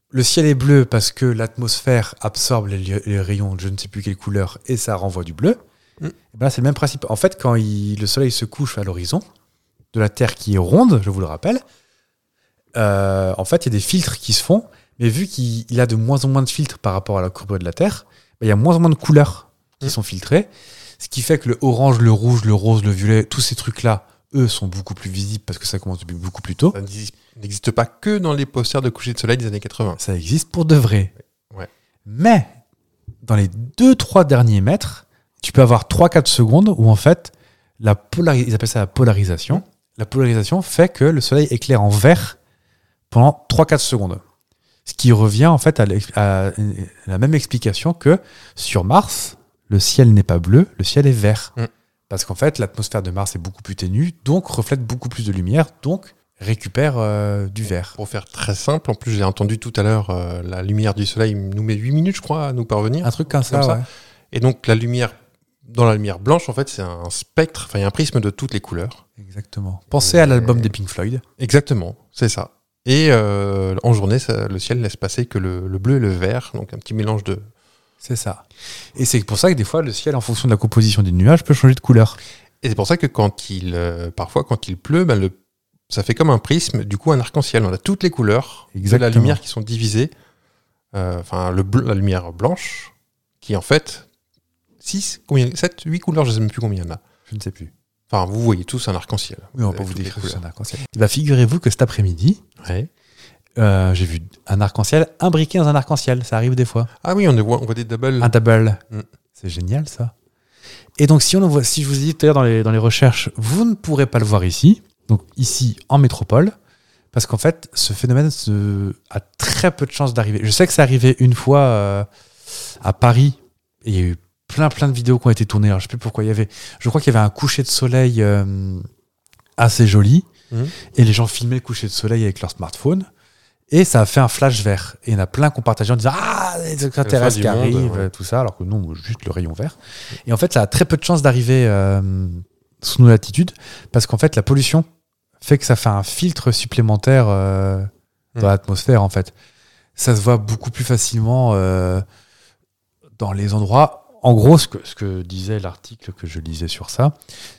A: le ciel est bleu parce que l'atmosphère absorbe les, li- les rayons de je ne sais plus quelle couleur et ça renvoie du bleu.
B: Mm.
A: Et ben là, c'est le même principe. En fait, quand il- le soleil se couche à l'horizon de la Terre qui est ronde, je vous le rappelle, euh, en fait, il y a des filtres qui se font, mais vu qu'il il a de moins en moins de filtres par rapport à la courbe de la Terre, ben, il y a moins en moins de couleurs qui
B: Mm.
A: sont filtrées, ce qui fait que le orange, le rouge, le rose, le violet, tous ces trucs-là, eux, sont beaucoup plus visibles parce que ça commence depuis beaucoup plus tôt.
B: Ça n'existe- n'existe pas que dans les posters de coucher de soleil des années 80.
A: Ça existe pour de vrai.
B: Ouais.
A: Mais dans les 2-3 derniers mètres, tu peux avoir 3-4 secondes où en fait, la polari- ils appellent ça la polarisation. La polarisation fait que le soleil éclaire en vert pendant 3-4 secondes. Ce qui revient en fait à, l'ex- à la même explication que sur Mars, le ciel n'est pas bleu, le ciel est vert.
B: Mm.
A: Parce qu'en fait, l'atmosphère de Mars est beaucoup plus ténue, donc reflète beaucoup plus de lumière, donc récupère euh, du vert.
B: Pour faire très simple, en plus, j'ai entendu tout à l'heure, euh, la lumière du soleil nous met 8 minutes, je crois, à nous parvenir.
A: Un truc comme ça,
B: Comme ça.
A: ouais.
B: Et donc, la lumière, dans la lumière blanche, en fait, c'est un spectre, enfin, il y a un prisme de toutes les couleurs.
A: Exactement. Pensez à l'album des Pink Floyd.
B: Exactement, c'est ça. Et euh, en journée, ça- le ciel laisse passer que le, le bleu et le vert, donc un petit mélange de.
A: C'est ça. Et c'est pour ça que des fois, le ciel, en fonction de la composition des nuages, peut changer de couleur.
B: Et c'est pour ça que quand il, euh, parfois, quand il pleut, ben, le, ça fait comme un prisme, du coup, un arc-en-ciel. On a toutes les couleurs
A: Exactement.
B: de la lumière qui sont divisées. Euh, Enfin, le bleu- la lumière blanche, qui en fait, 6, combien, 7, 8 couleurs, je ne sais même plus combien il y en a.
A: Je ne sais plus. Euh,
B: Enfin, vous voyez tous un arc-en-ciel.
A: Oui, on va
B: Avec
A: pas vous
B: toutes les
A: décrire
B: couleurs.
A: un arc-en-ciel. Bah, figurez-vous que cet après-midi,
B: Ouais.
A: euh, j'ai vu un arc-en-ciel imbriqué dans un arc-en-ciel. Ça arrive des fois.
B: Ah oui, on voit, on voit des doubles.
A: Un double.
B: Mm.
A: C'est génial, ça. Et donc, si, on le voit, si je vous ai dit tout à l'heure dans les, dans les recherches, vous ne pourrez pas le voir ici, donc ici en métropole, parce qu'en fait, ce phénomène se- a très peu de chances d'arriver. Je sais que ça arrivait une fois euh, à Paris, et il y a eu plein, plein de vidéos qui ont été tournées. Alors, je sais plus pourquoi il y avait. Je crois qu'il y avait un coucher de soleil euh, assez joli,
B: Mm.
A: et les gens filmaient le coucher de soleil avec leur smartphone. Et ça a fait un flash vert. Et il y en a plein qui ont partagé en disant Ah, les extraterrestres
B: du
A: qui
B: monde,
A: arrivent,
B: ouais.
A: tout ça, alors que non, juste le rayon vert. Et en fait, ça a très peu de chances d'arriver euh, sous nos latitudes, parce qu'en fait, la pollution fait que ça fait un filtre supplémentaire euh, dans
B: Mm.
A: l'atmosphère, en fait. Ça se voit beaucoup plus facilement euh, dans les endroits. En gros, ce que, ce que disait l'article que je lisais sur ça,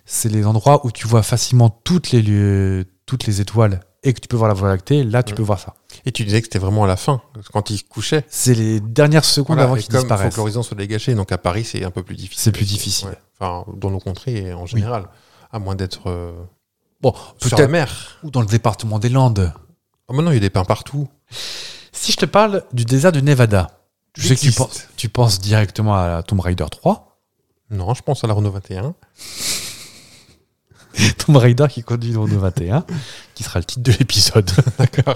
A: c'est les endroits où tu vois facilement toutes les, lieux- toutes les étoiles et que tu peux voir la Voie lactée. Là, tu
B: Mm.
A: peux voir ça.
B: Et tu disais que c'était vraiment à la fin, quand il se couchait.
A: C'est les dernières secondes
B: Voilà,
A: avant
B: et
A: qu'ils
B: comme faut
A: disparaissent.
B: que l'horizon soit dégagé, donc à Paris, c'est un peu plus difficile.
A: C'est plus difficile.
B: Ouais. Enfin, dans nos contrées, en général. À moins d'être euh,
A: Bon,
B: sur la
A: peut-être
B: mer.
A: ou dans le département des Landes.
B: Oh, maintenant, il y a des pins partout.
A: Si je te parle du désert du Nevada, je sais que tu,
B: Existe.
A: penses, tu penses directement à Tomb Raider 3.
B: Non, je pense à la Renault 21.
A: Tomb Raider qui conduit dans le 21, qui sera le titre de l'épisode.
B: D'accord.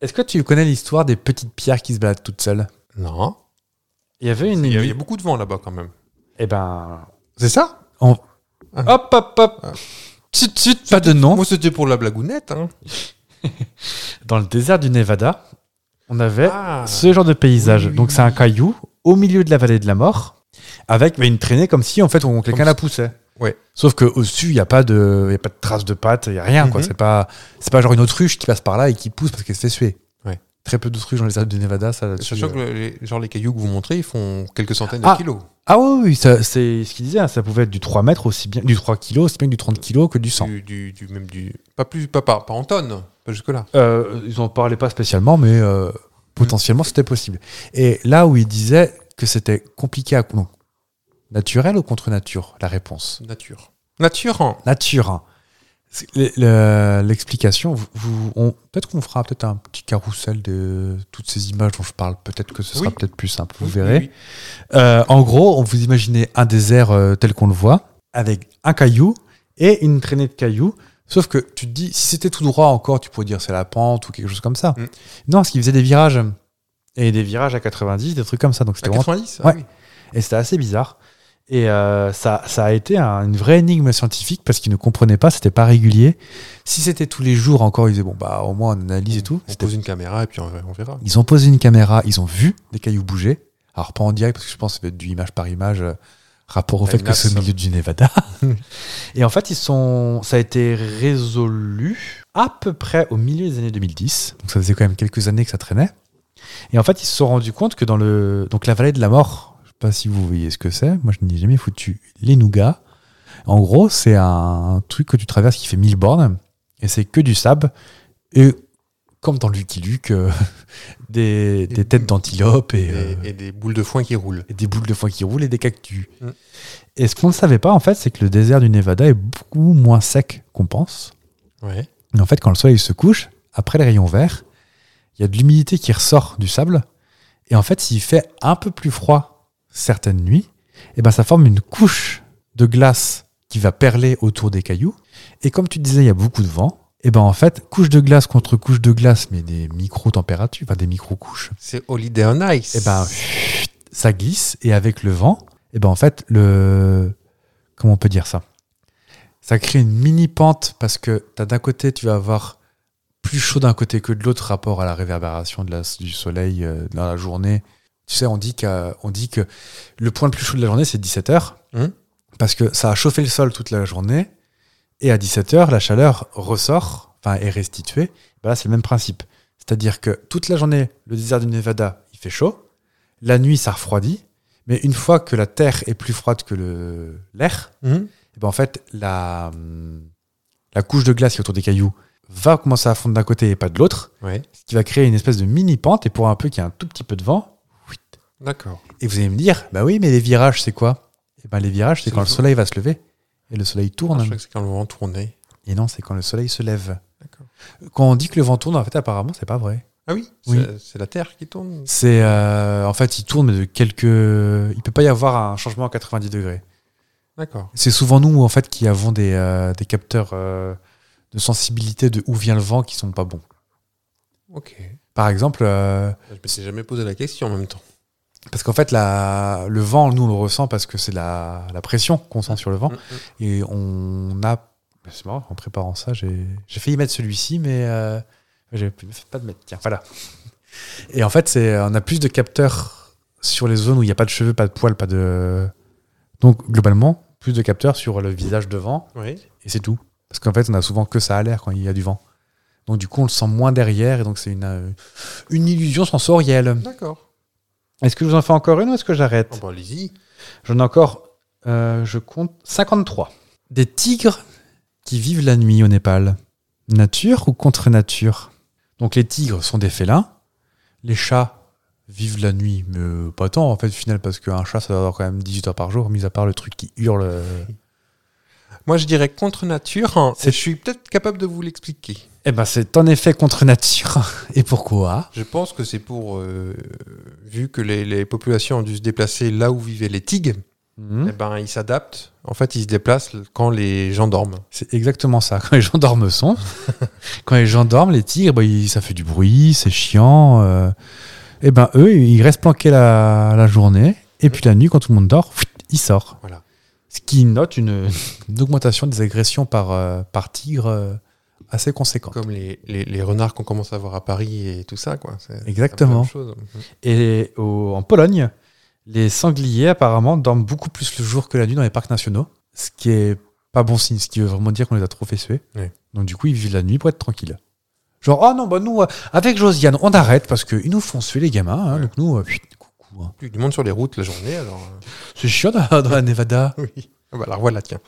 A: Est-ce que tu connais l'histoire des petites pierres qui se baladent toutes seules
B: Non.
A: Il y avait une.
B: Il y, a, il y a beaucoup de vent là-bas quand même.
A: Eh ben.
B: C'est ça Ah.
A: Hop, hop, hop Tut, tut, pas de nom.
B: Moi, c'était pour la blagounette. Hein.
A: Dans le désert du Nevada, on avait
B: Ah.
A: ce genre de paysage.
B: Oui, oui,
A: Donc c'est
B: oui.
A: un caillou au milieu de la vallée de la mort, avec bah, une traînée comme si en fait on quelqu'un
B: Comme
A: la poussait.
B: Ouais.
A: Sauf que au-dessus il n'y a pas de, il y a pas de traces de pattes, il y a rien quoi.
B: Mhm.
A: C'est pas, c'est pas genre une autruche qui passe par là et qui pousse parce qu'elle s'est suée.
B: Ouais.
A: Très peu d'autruches dans les Alpes du Nevada, ça. là-dessus,
B: Sachant
A: euh.
B: que le- les, genre, les cailloux que vous montrez, ils font quelques centaines
A: Ah.
B: de kilos.
A: Ah oui, oui, ça, c'est ce qu'il disait. hein, ça pouvait être du 3 mètres aussi bien, du 3 kilos aussi bien que du 30 kilos que du 100.
B: Du, du- du- même du, pas, plus, pas, pas, pas en tonnes, pas jusque-là.
A: Euh, ils en parlaient pas spécialement, mais euh, potentiellement c'était possible. Et là où il disait que c'était compliqué à non, naturel ou contre nature, la réponse.
B: Nature. Nature, hein.
A: nature. hein. C'est- le- le- L'explication, vous- vous- on- peut-être qu'on fera peut-être un petit carrousel de toutes ces images dont je parle. Peut-être que ce sera
B: Oui.
A: peut-être plus simple. Vous
B: Oui,
A: verrez.
B: oui, oui.
A: Euh, en gros, on vous imaginez un désert euh, tel qu'on le voit, avec un caillou et une traînée de cailloux. Sauf que tu te dis, si c'était tout droit encore, tu pourrais dire c'est la pente ou quelque chose comme ça.
B: Mm.
A: Non, parce qu'il faisait des virages. et des virages à 90, des trucs comme ça. Donc
B: À ah
A: c'était vraiment
B: 90
A: Ouais. et c'était assez bizarre. Et euh, ça, ça a été un- une vraie énigme scientifique parce qu'ils ne comprenaient pas, c'était pas régulier. Si c'était tous les jours encore, ils disaient bon bah au moins on analyse et tout.
B: On
A: C'était-
B: pose une caméra et puis on, on verra.
A: Ils ont posé une caméra, ils ont vu des cailloux bouger. Alors pas en direct parce que je pense que ça va être du image par image euh, rapport au
B: Time
A: fait que c'est au
B: lapse.
A: milieu du Nevada. et en fait ils sont, ça a été résolu à peu près au milieu des années 2010. Donc ça faisait quand même quelques années que ça traînait. Et en fait ils se sont rendus compte que dans le, donc la vallée de la mort, je sais pas si vous voyez ce que c'est. Moi je n'y ai jamais foutu les nougats. En gros c'est un truc que tu traverses qui fait 1000 bornes et c'est que du sable et comme dans Lucky Luke, euh, des, des têtes d'antilope et,
B: Et,
A: euh,
B: et des boules de foin qui roulent.
A: et des boules de foin qui roulent et des cactus.
B: Mm.
A: Et ce qu'on ne savait pas, en fait, c'est que le désert du Nevada est beaucoup moins sec qu'on pense.
B: Ouais.
A: Et en fait, quand le soleil se couche, après les rayons verts, il y a de l'humidité qui ressort du sable. Et en fait, s'il fait un peu plus froid certaines nuits, et ben ça forme une couche de glace qui va perler autour des cailloux. Et comme tu disais, il y a beaucoup de vent. Et ben en fait, couche de glace contre couche de glace, mais des micro-températures, enfin des micro-couches
B: C'est Holiday on Ice.
A: et ben ça glisse et avec le vent et ben en fait le comment on peut dire ça ça crée une mini pente parce que t'as d'un côté tu vas avoir plus chaud d'un côté que de l'autre rapport à la réverbération de la, du soleil euh, dans la journée tu sais on dit qu'à- on dit que le point le plus chaud de la journée c'est 17h
B: Hum.
A: parce que ça a chauffé le sol toute la journée et à 17h la chaleur ressort enfin est restituée Ben là c'est le même principe c'est-à-dire que toute la journée le désert du Nevada il fait chaud la nuit, ça refroidit. Mais une fois que la terre est plus froide que le- l'air,
B: Mhm.
A: eh ben en fait, la, hum, la couche de glace qui est autour des cailloux va commencer à fondre d'un côté et pas de l'autre,
B: Ouais.
A: ce qui va créer une espèce de mini pente. Et pour un peu qu'il y a un tout petit peu de vent,
B: D'accord.
A: et vous allez me dire, bah oui, mais les virages, c'est quoi Eh ben les virages, c'est
B: C'est
A: quand
B: le
A: le soleil va se lever et le soleil
B: Ah,
A: tourne.
B: je crois que c'est quand le vent tournait.
A: Et non, c'est quand le soleil se lève.
B: D'accord.
A: Quand on dit que le vent tourne, en fait, apparemment, c'est pas vrai.
B: Ah oui,
A: Oui.
B: c'est- c'est la Terre qui tourne.
A: C'est euh, en fait, il tourne mais de quelques. Il peut pas y avoir un changement à 90 degrés.
B: D'accord.
A: C'est souvent nous, en fait, qui avons des, euh, des capteurs euh, de sensibilité de où vient le vent qui sont pas bons.
B: Ok.
A: Par exemple, euh,
B: Je me suis jamais posé la question en même temps.
A: parce qu'en fait, la, le vent, nous, on le ressent parce que c'est la, la pression qu'on sent sur le vent. Et on a. C'est marrant, en préparant ça, j'ai j'ai failli mettre celui-ci, mais euh, j'ai pas de mettre. Tiens, voilà. Et en fait, c'est on a plus de capteurs sur les zones où il n'y a pas de cheveux, pas de poils, pas de. Donc, globalement, plus de capteurs sur le visage devant
B: Oui.
A: et c'est tout. Parce qu'en fait, on a souvent que ça à l'air quand il y a du vent. Donc du coup, on le sent moins derrière, et donc c'est une, euh, une illusion sensorielle.
B: D'accord.
A: Est-ce que je vous en fais encore une ou est-ce que
B: Oh,
A: j'arrête
B: bah, allez-y.
A: J'en ai encore, euh, je compte 53. Des tigres qui vivent la nuit au Népal. Nature ou contre-nature Donc les tigres sont des félins, les chats vivent la nuit, mais pas tant en fait, au final, parce qu'un chat, ça doit avoir quand même 18 heures par jour, mis à part le truc qui hurle. euh.
B: Moi, je dirais contre nature. hein.
A: C'est-
B: Je suis peut-être capable de vous l'expliquer.
A: Eh ben c'est en effet contre-nature. Et pourquoi
B: Je pense que c'est pour, euh, vu que les, les populations ont dû se déplacer là où vivaient les tigres,
A: Hmm
B: eh ben, ils s'adaptent. En fait, ils se déplacent quand les gens dorment.
A: C'est exactement ça. Quand les gens dorment sont, quand les gens dorment, les tigres, bah, ils- ça fait du bruit, c'est chiant. euh. Eh ben eux, ils restent planqués la, la journée, et puis la nuit, quand tout le monde dort, pfft, ils sortent.
B: Voilà.
A: Ce qui note une, une augmentation des agressions par, euh, par tigre euh, assez conséquente.
B: Comme les, les- les renards qu'on commence à voir à Paris et tout ça. Quoi. C'est- c'est un peu la
A: Exactement.
B: même chose.
A: Et au- en Pologne, les sangliers apparemment dorment beaucoup plus le jour que la nuit dans les parcs nationaux, ce qui est pas bon signe, ce qui veut vraiment dire qu'on les a trop fait suer.
B: Ouais.
A: Donc du coup, ils vivent la nuit pour être tranquilles. Genre, oh non, bah nous, euh, avec Josiane, on arrête parce qu'ils nous font suer les gamins, hein,
B: Ouais.
A: donc nous, euh, chut, coucou. hein.
B: Plus du monde sur les routes la journée, alors. euh,
A: C'est chiant dans, dans la Nevada.
B: Oui. Ah bah, alors voilà, tiens.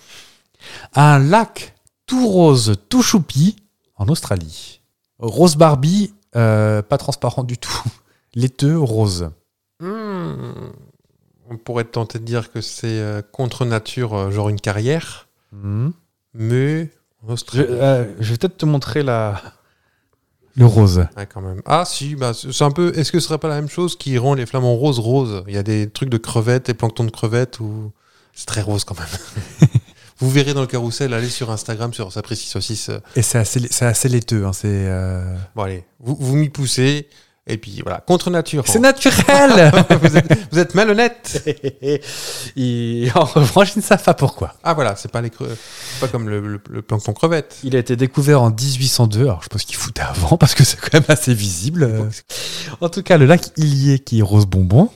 A: Un lac tout rose, tout choupi, en Australie. Rose Barbie, euh, pas transparent du tout. Laiteux, rose.
B: Hmm. On pourrait tenter de dire que c'est euh, contre nature, euh, genre une carrière,
A: Hmm.
B: mais en
A: Je,
B: Australie.
A: euh, je vais peut-être te montrer la... le rose.
B: Ah, quand même. Ah, si, bah, c'est un peu. Est-ce que ce serait pas la même chose qui rend les flamants roses roses Il y a des trucs de crevettes, et planctons de crevettes, ou. C'est très rose quand même. Vous verrez dans le carrousel, allez sur Instagram, sur sa précise saucisse.
A: Et c'est assez, c'est assez laiteux. hein, c'est, euh,
B: Bon, allez, vous, vous m'y poussez. Et puis voilà, contre nature.
A: C'est naturel
B: vous, êtes, vous êtes malhonnête.
A: Et En revanche, ils ne savent pas pourquoi.
B: Ah voilà, c'est pas les cre- c'est pas comme le, le, le plancton crevette.
A: Il a été découvert en 1802. Alors, je pense qu'il foutait avant parce que c'est quand même assez visible. Euh, En tout cas, le lac Illier, qui est rose bonbon,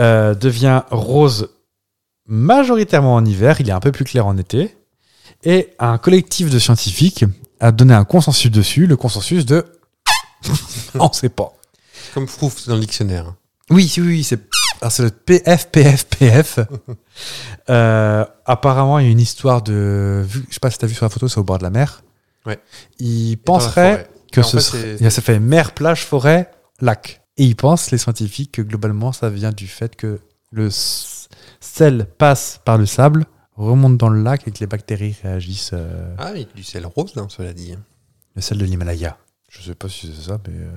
A: euh, devient rose majoritairement en hiver. Il est un peu plus clair en été. Et un collectif de scientifiques a donné un consensus dessus, le consensus de. On ne sait pas.
B: Comme Frouf, c'est dans le dictionnaire.
A: Oui, oui, oui, c'est alors, c'est le PF, PF, PF. Euh, apparemment, il y a une histoire de. vu- Je sais pas si t'as vu sur la photo, c'est au bord de la mer.
B: Ouais.
A: Il
B: dans la
A: penserait
B: forêt.
A: que
B: Mais en
A: ce
B: fait,
A: serait.
B: c'est-
A: Ça fait mer, plage, forêt, lac. Et ils pensent, les scientifiques, que globalement, ça vient du fait que le s- sel passe par le sable, remonte dans le lac et que les bactéries réagissent. euh,
B: Ah oui, du sel rose, hein, cela dit.
A: le sel de l'Himalaya. Je sais pas si c'est ça, mais euh,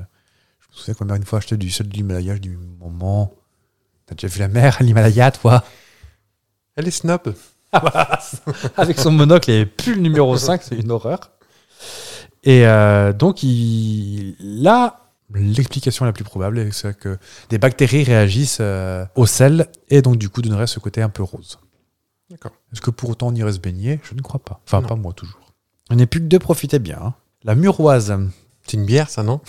A: je me souviens qu'on m'a une fois acheté du sel de l'Himalaya, je dis maman, t'as déjà vu la mer, à l'Himalaya, toi
B: Elle est snob.
A: Avec son monocle et pull numéro 5, c'est une horreur. Et euh, donc, il- là, l'explication la plus probable, c'est que des bactéries réagissent euh, au sel et donc, du coup, donnerait ce côté un peu rose.
B: D'accord.
A: Est-ce que pour autant on irait se baigner Je ne crois pas. Enfin,
B: Non.
A: pas moi, toujours. On n'est plus que deux, profitez bien. hein. La muroise.
B: C'est une bière, ça, non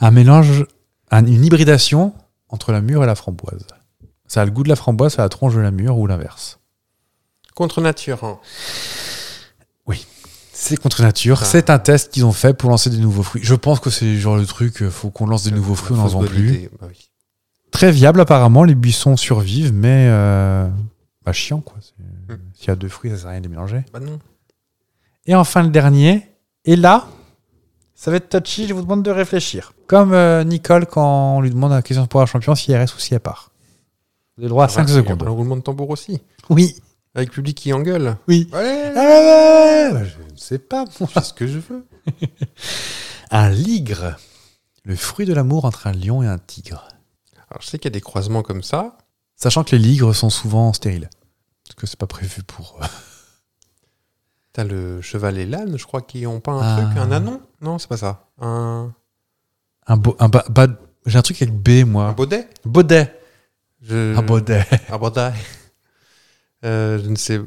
A: un mélange, un- une hybridation entre la mûre et la framboise. Ça a le goût de la framboise, ça a la tronche de la mûre ou l'inverse.
B: Contre nature. hein.
A: C'est contre nature.
B: Ah.
A: C'est un test qu'ils ont fait pour lancer des nouveaux fruits. Je pense que c'est genre le truc, euh, faut qu'on lance des nouveaux fruits, on n'en
B: Fausse
A: vend
B: bonne
A: plus.
B: idée. Bah oui.
A: Très viable apparemment, les buissons survivent, mais euh, bah, chiant quoi. C'est-
B: Hmm.
A: S'il y a deux fruits, ça sert à rien de les mélanger.
B: Bah non.
A: Et enfin le dernier, et là, ça va être touchy, je vous demande de réfléchir. Comme euh, Nicole quand on lui demande la question pour un champion si elle reste ou si elle part. Vous avez le droit à 5
B: Enfin,
A: secondes.
B: Un roulement de tambour aussi.
A: Oui.
B: Avec public qui engueule.
A: Oui. Ah,
B: Allez,
A: Je ne sais pas, moi.
B: je fais ce que je veux.
A: Un ligre. Le fruit de l'amour entre un lion et un tigre.
B: Alors, je sais qu'il y a des croisements comme ça.
A: Sachant que les ligres sont souvent stériles. Parce que c'est pas prévu pour. euh,
B: T'as le cheval et l'âne, je crois, qui ont pas un
A: Ah.
B: truc. Un anon Non, c'est pas ça. Un,
A: Un, beau, un ba- ba- J'ai un truc avec B,
B: un
A: moi.
B: baudet
A: Baudet.
B: je...
A: Ah. Un baudet.
B: Un baudet. Euh, je ne sais.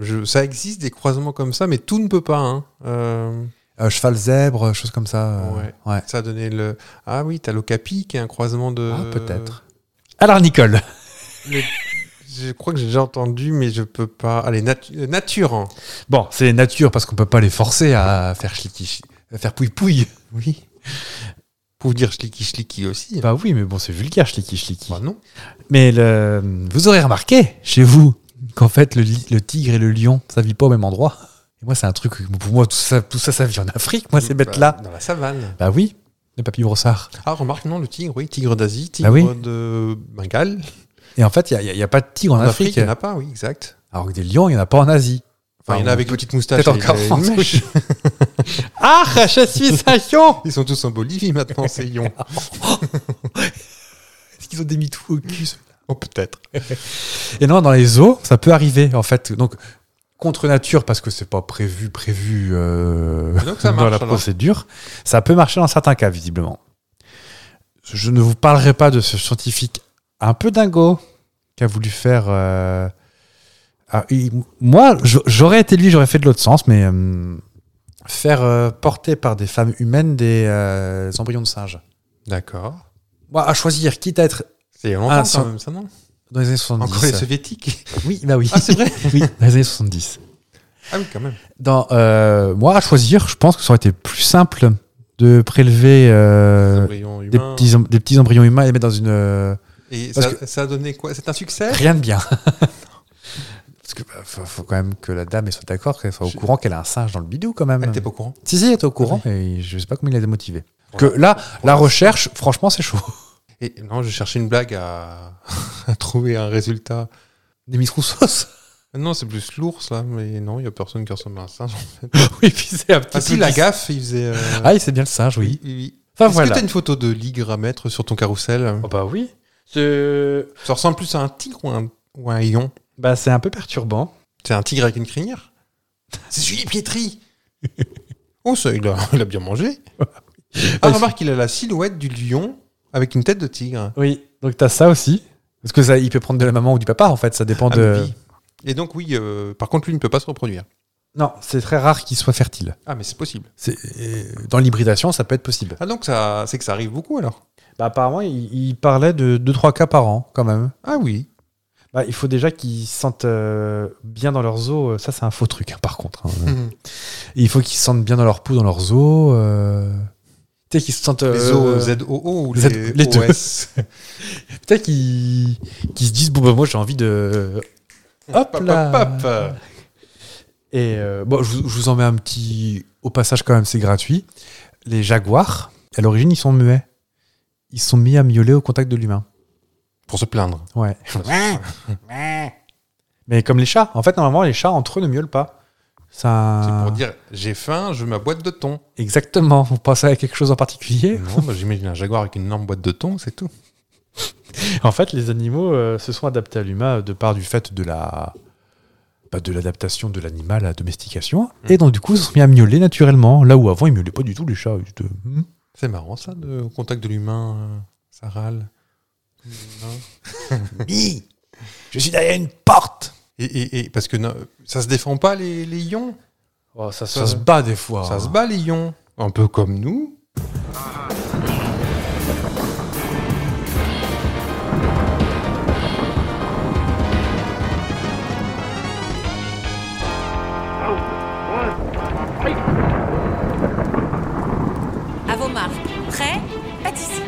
B: je- Ça existe des croisements comme ça, mais tout ne peut pas. hein. Euh,
A: Euh, cheval zèbre, chose comme ça. euh,
B: Ouais. Ça a donné le. Ah oui, t'as l'ocapi qui est un croisement de.
A: Ah, peut-être. Alors, Nicole.
B: Je crois que j'ai déjà entendu, mais je peux pas. Allez, natu- euh, nature. hein.
A: Bon, c'est les natures parce qu'on peut pas les forcer à faire chliqui, à faire pouille-pouille.
B: Oui. Pour dire schliki schliki aussi. hein.
A: Bah oui, mais bon, c'est vulgaire, chliqui-chliqui.
B: Bah non.
A: Mais le, vous aurez remarqué chez vous qu'en fait le, li- le tigre et le lion, ça vit pas au même endroit. Et moi, c'est un truc. Pour moi, tout ça, tout ça, ça vit en Afrique. Moi, ces
B: Bah,
A: bêtes-là.
B: Dans la savane.
A: Bah oui, le papy brossard.
B: Ah, remarque, non, le tigre, oui. Tigre d'Asie, tigre
A: Ah oui.
B: de Bengale.
A: Et en fait, il n'y a, pas de tigre en,
B: En Afrique,
A: Afrique.
B: il n'y en a pas, oui, exact.
A: Alors que des lions, il n'y en a pas en Asie.
B: Enfin, il y en a avec une petite moustache.
A: Ah, peut-être
B: et
A: encore
B: une
A: en
B: mèche.
A: Ah, je suis un lion
B: Ils sont tous en Bolivie maintenant, ces lions.
A: Est-ce qu'ils ont des mitous au cul ceux-là
B: Oh, peut-être.
A: Et non, dans les eaux, ça peut arriver, en fait. Donc, contre nature, parce que c'est pas prévu, prévu euh,
B: Donc, ça
A: dans
B: marche,
A: la
B: alors.
A: procédure, ça peut marcher dans certains cas, visiblement. Je ne vous parlerai pas de ce scientifique un peu dingo qui a voulu faire. euh, ah, il- moi, je- j'aurais été lui, j'aurais fait de l'autre sens, mais euh, faire euh, porter par des femmes humaines des euh, embryons de singes.
B: D'accord.
A: Moi, à choisir, quitte à être
B: C'est longtemps
A: Ah,
B: quand
A: sans-
B: même, ça, non
A: dans les années 70.
B: Encore les soviétiques.
A: Oui, bah oui.
B: Ah, c'est vrai
A: oui, dans les années 70.
B: Ah oui, quand même.
A: Dans, euh, moi, à choisir, je pense que ça aurait été plus simple de prélever euh,
B: Embryon
A: des,
B: humain.
A: petits, em- des petits embryons humains et les mettre dans une. euh,
B: Et
A: parce
B: ça, ça a donné quoi C'est un succès
A: rien de bien. Parce que bah, faut, faut quand même que la dame elle soit d'accord, qu'elle soit au
B: Je-
A: courant qu'elle a un singe dans le bidou quand même.
B: Elle était Ah, pas au courant.
A: Si, si, elle était au courant, et je sais pas comment il a démotivé. Que là, la recherche, franchement, c'est chaud.
B: Et non, je cherchais une blague à, à trouver un résultat.
A: Des Miss Roussos
B: Non, c'est plus l'ours, là, mais non, il n'y a personne qui ressemble à un singe.
A: Oui, puis c'est un petit
B: Ah si,
A: peu
B: la
A: dis-
B: gaffe, il faisait... euh,
A: Ah, il c'est bien le singe, oui.
B: oui.
A: Enfin,
B: Est-ce que
A: voilà.
B: t'as une photo de ligre à mettre sur ton carrousel
A: bah oui. C'est...
B: Ça ressemble plus à un tigre ou un, ou un lion
A: Bah, c'est un peu perturbant.
B: C'est un tigre avec une crinière C'est Julie Pietri Oh, ça, il a, il a bien mangé Ah, remarque, il a la silhouette du lion avec une tête de tigre. hein,
A: Oui, donc t'as ça aussi. Parce que ça, il peut prendre de la maman ou du papa, en fait, ça dépend
B: Ah,
A: de.
B: oui. Et donc, oui, euh, par contre, lui ne peut pas se reproduire.
A: Non, c'est très rare qu'il soit fertile.
B: Ah, mais c'est possible.
A: C'est- et Dans l'hybridation, ça peut être possible.
B: Ah, donc, ça, c'est que ça arrive beaucoup alors
A: Bah, apparemment, il, il parlait de 2-3 cas par an, quand même.
B: Ah, oui.
A: Bah, il faut déjà qu'ils se sentent euh, bien dans leurs os. Ça, c'est un faux truc, hein, par contre. hein. Et il faut qu'ils se sentent bien dans leur peau, dans leurs os. euh, Tu sais, qu'ils se sentent.
B: Les
A: euh,
B: O, ZOO ou
A: Z-
B: les,
A: les deux.
B: OS
A: Peut-être qu'ils qu'ils se disent bon, bah, moi, j'ai envie de. Hop
B: Hop,
A: là
B: hop, hop.
A: Et euh, bon, je, vous- je vous en mets un petit. Au passage, quand même, c'est gratuit. Les jaguars, à l'origine, ils sont muets. Ils sont mis à miauler au contact de l'humain.
B: Pour se plaindre.
A: Ouais. Mais comme les chats. En fait, normalement, les chats, entre eux, ne miaulent pas. Ça...
B: C'est pour dire j'ai faim, je veux ma boîte de thon.
A: Exactement. Vous pensez à quelque chose en particulier
B: Non, bah, j'imagine un jaguar avec une énorme boîte de thon, c'est tout.
A: En fait, les animaux euh, se sont adaptés à l'humain de part du fait de la bah, de l'adaptation de l'animal à la domestication.
B: Mm.
A: Et donc, du coup, ils se sont mis à miauler naturellement. Là où avant, ils miaulaient pas du tout, les chats. Ils étaient, hmm.
B: C'est marrant ça, de, au contact de l'humain, euh, ça râle. Non.
A: Oui, je suis derrière une porte.
B: Et, et- et- parce que non, ça se défend pas les, les lions
A: ça,
B: se
A: se bat des fois. hein.
B: Ça se bat les lions Un peu comme nous
J: À vos marques. Prêt Pâtisserie.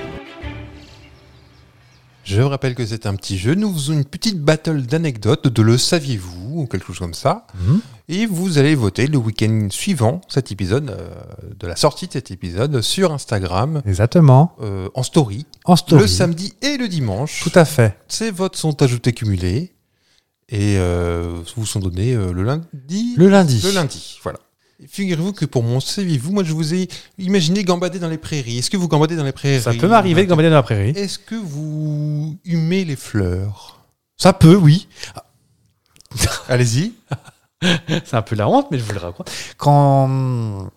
B: Je vous rappelle que c'est un petit jeu. Nous faisons une petite battle d'anecdotes, de le saviez-vous, ou quelque chose comme ça.
A: Mhm.
B: Et vous allez voter le week-end suivant cet épisode, euh, de la sortie de cet épisode, sur Instagram,
A: Exactement.
B: euh, en story,
A: En story.
B: le samedi et le dimanche.
A: Tout à fait.
B: Ces votes sont ajoutés cumulés et euh, vous sont donnés euh, le lundi.
A: Le lundi.
B: Le lundi, voilà. Et Figurez-vous que pour mon CV-vous, moi je vous ai imaginé gambader dans les prairies. Est-ce que vous gambadez dans les prairies
A: Ça peut m'arriver de gambader dans la prairie.
B: Est-ce que vous humez les fleurs
A: Ça peut, oui.
B: Allez-y.
A: C'est un peu la honte, mais je vous le raconte. Quand,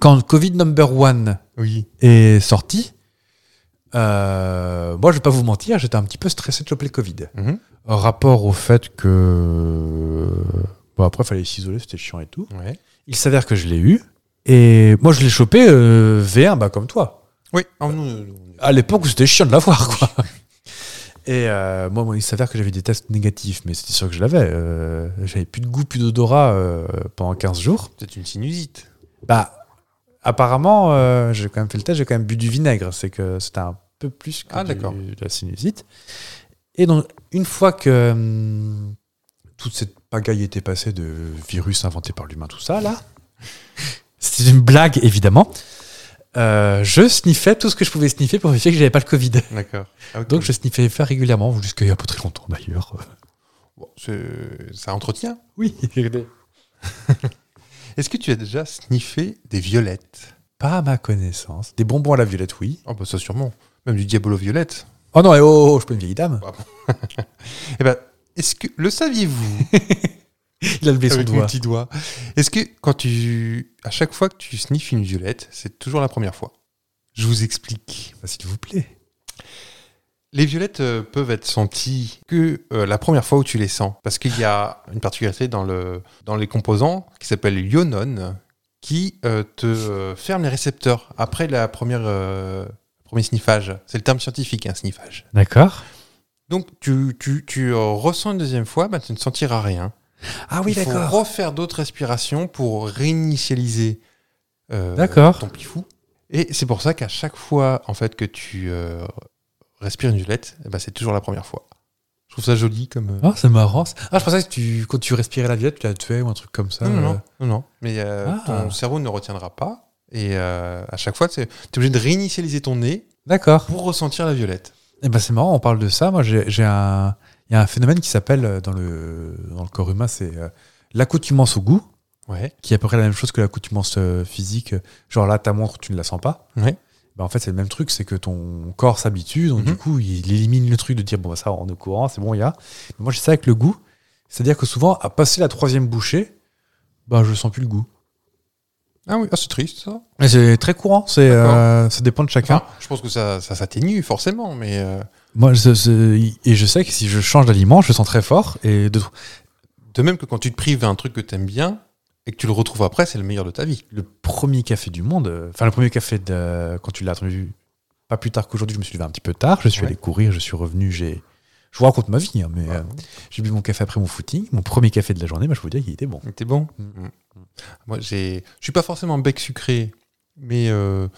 A: quand le Covid number one
B: Oui.
A: est sorti, euh, moi, je vais pas vous mentir, j'étais un petit peu stressé de choper le Covid.
B: Mhm.
A: Rapport au fait que. Bon, après, il fallait s'isoler, c'était chiant et tout.
B: Ouais.
A: Il s'avère que je l'ai eu. Et moi, je l'ai chopé euh, V1, bah, comme toi.
B: Oui. Ah,
A: Euh,
B: non, non, non.
A: À l'époque, c'était chiant de l'avoir, quoi. Et euh, moi, moi, il s'avère que j'avais des tests négatifs, mais c'était sûr que je l'avais. Euh, j'avais plus de goût, plus d'odorat euh, pendant 15 jours.
B: Peut-être une sinusite.
A: Bah, apparemment, euh, j'ai quand même fait le test, j'ai quand même bu du vinaigre. C'est que c'était un peu plus que
B: Ah,
A: du-
B: d'accord.
A: de la sinusite. Et donc, une fois que hum, toute cette pagaille était passée de virus inventé par l'humain, tout ça, là, c'était une blague, évidemment. euh, je sniffais tout ce que je pouvais sniffer pour vérifier que j'avais pas le Covid.
B: D'accord. Ah, ok.
A: Donc je sniffais faire régulièrement, jusqu'à il y a pas très longtemps d'ailleurs.
B: Bon, c'est- ça entretient.
A: Oui,
B: Est-ce que tu as déjà sniffé des violettes
A: pas à ma connaissance. Des bonbons à la violette, oui.
B: Oh bah ça sûrement. Même du diabolo violette.
A: Oh non, et oh, oh, oh, je peux une vieille dame.
B: Eh ben, est-ce que le saviez-vous
A: Il a levé son
B: avec mon
A: doigt.
B: petit doigt Est-ce que quand tu, à chaque fois que tu sniffes une violette, c'est toujours la première fois Je vous explique.
A: Bah, S'il vous plaît.
B: Les violettes euh, peuvent être senties que euh, la première fois où tu les sens, parce qu'il y a une particularité dans le dans les composants qui s'appelle l'ionone, qui euh, te euh, ferme les récepteurs après la première euh, premier sniffage. C'est le terme scientifique, un sniffage.
A: D'accord.
B: Donc tu, tu, tu euh, ressens une deuxième fois, bah, tu ne sentiras rien.
A: Ah oui,
B: Il faut
A: d'accord.
B: refaire d'autres respirations pour réinitialiser euh,
A: D'accord.
B: ton pifou. Et c'est pour ça qu'à chaque fois en fait que tu euh, respires une violette, eh ben, c'est toujours la première fois. Je trouve ça joli comme. euh,
A: Ah, c'est marrant. ça. Ah, je pensais que tu, quand tu respirais la violette, tu la tuais ou un truc comme ça.
B: non, non,
A: euh.
B: non, non, non. Mais euh,
A: Ah.
B: ton cerveau ne retiendra pas. Et euh, à chaque fois, tu es obligé de réinitialiser ton nez
A: D'accord.
B: pour ressentir la violette.
A: Eh ben, c'est marrant, on parle de ça. Moi, j'ai j'ai un. Il y a un phénomène qui s'appelle, euh, dans le, dans le corps humain, c'est euh, l'accoutumance au goût,
B: Ouais.
A: qui est à peu près la même chose que l'accoutumance euh, physique. Genre là, ta montre, tu ne la sens pas.
B: Ouais.
A: Ben, en fait, c'est le même truc, c'est que ton corps s'habitue, donc du
B: Mhm.
A: coup, il élimine le truc de dire, bon, bah, ça, on est au courant, c'est bon, il y a. Mais moi, j'ai ça avec le goût. ben, C'est-à-dire que souvent, à passer la troisième bouchée, bah, je sens plus le goût.
B: Ah oui, ah, c'est triste ça.
A: Mais c'est très courant, c'est,
B: D'accord.
A: euh, ça dépend de chacun.
B: Enfin, je pense que ça, ça s'atténue forcément, mais euh,
A: Moi, je- je- et je sais que si je change d'aliment, je le sens très fort. Et de,
B: de même que quand tu te prives d'un truc que t'aimes bien et que tu le retrouves après, c'est le meilleur de ta vie.
A: le premier café du monde, euh, enfin le premier café de, quand tu l'as attendu, pas plus tard qu'aujourd'hui, je me suis levé un petit peu tard, je suis
B: Ouais.
A: allé courir, je suis revenu, j'ai... Je vous raconte ma vie, hein, mais
B: Ouais.
A: euh, j'ai bu mon café après mon footing, mon premier café de la journée, bah, je peux vous dire qu'il était bon.
B: T'es bon
A: Mm.
B: Moi, j'ai, je suis pas forcément bec sucré, mais euh,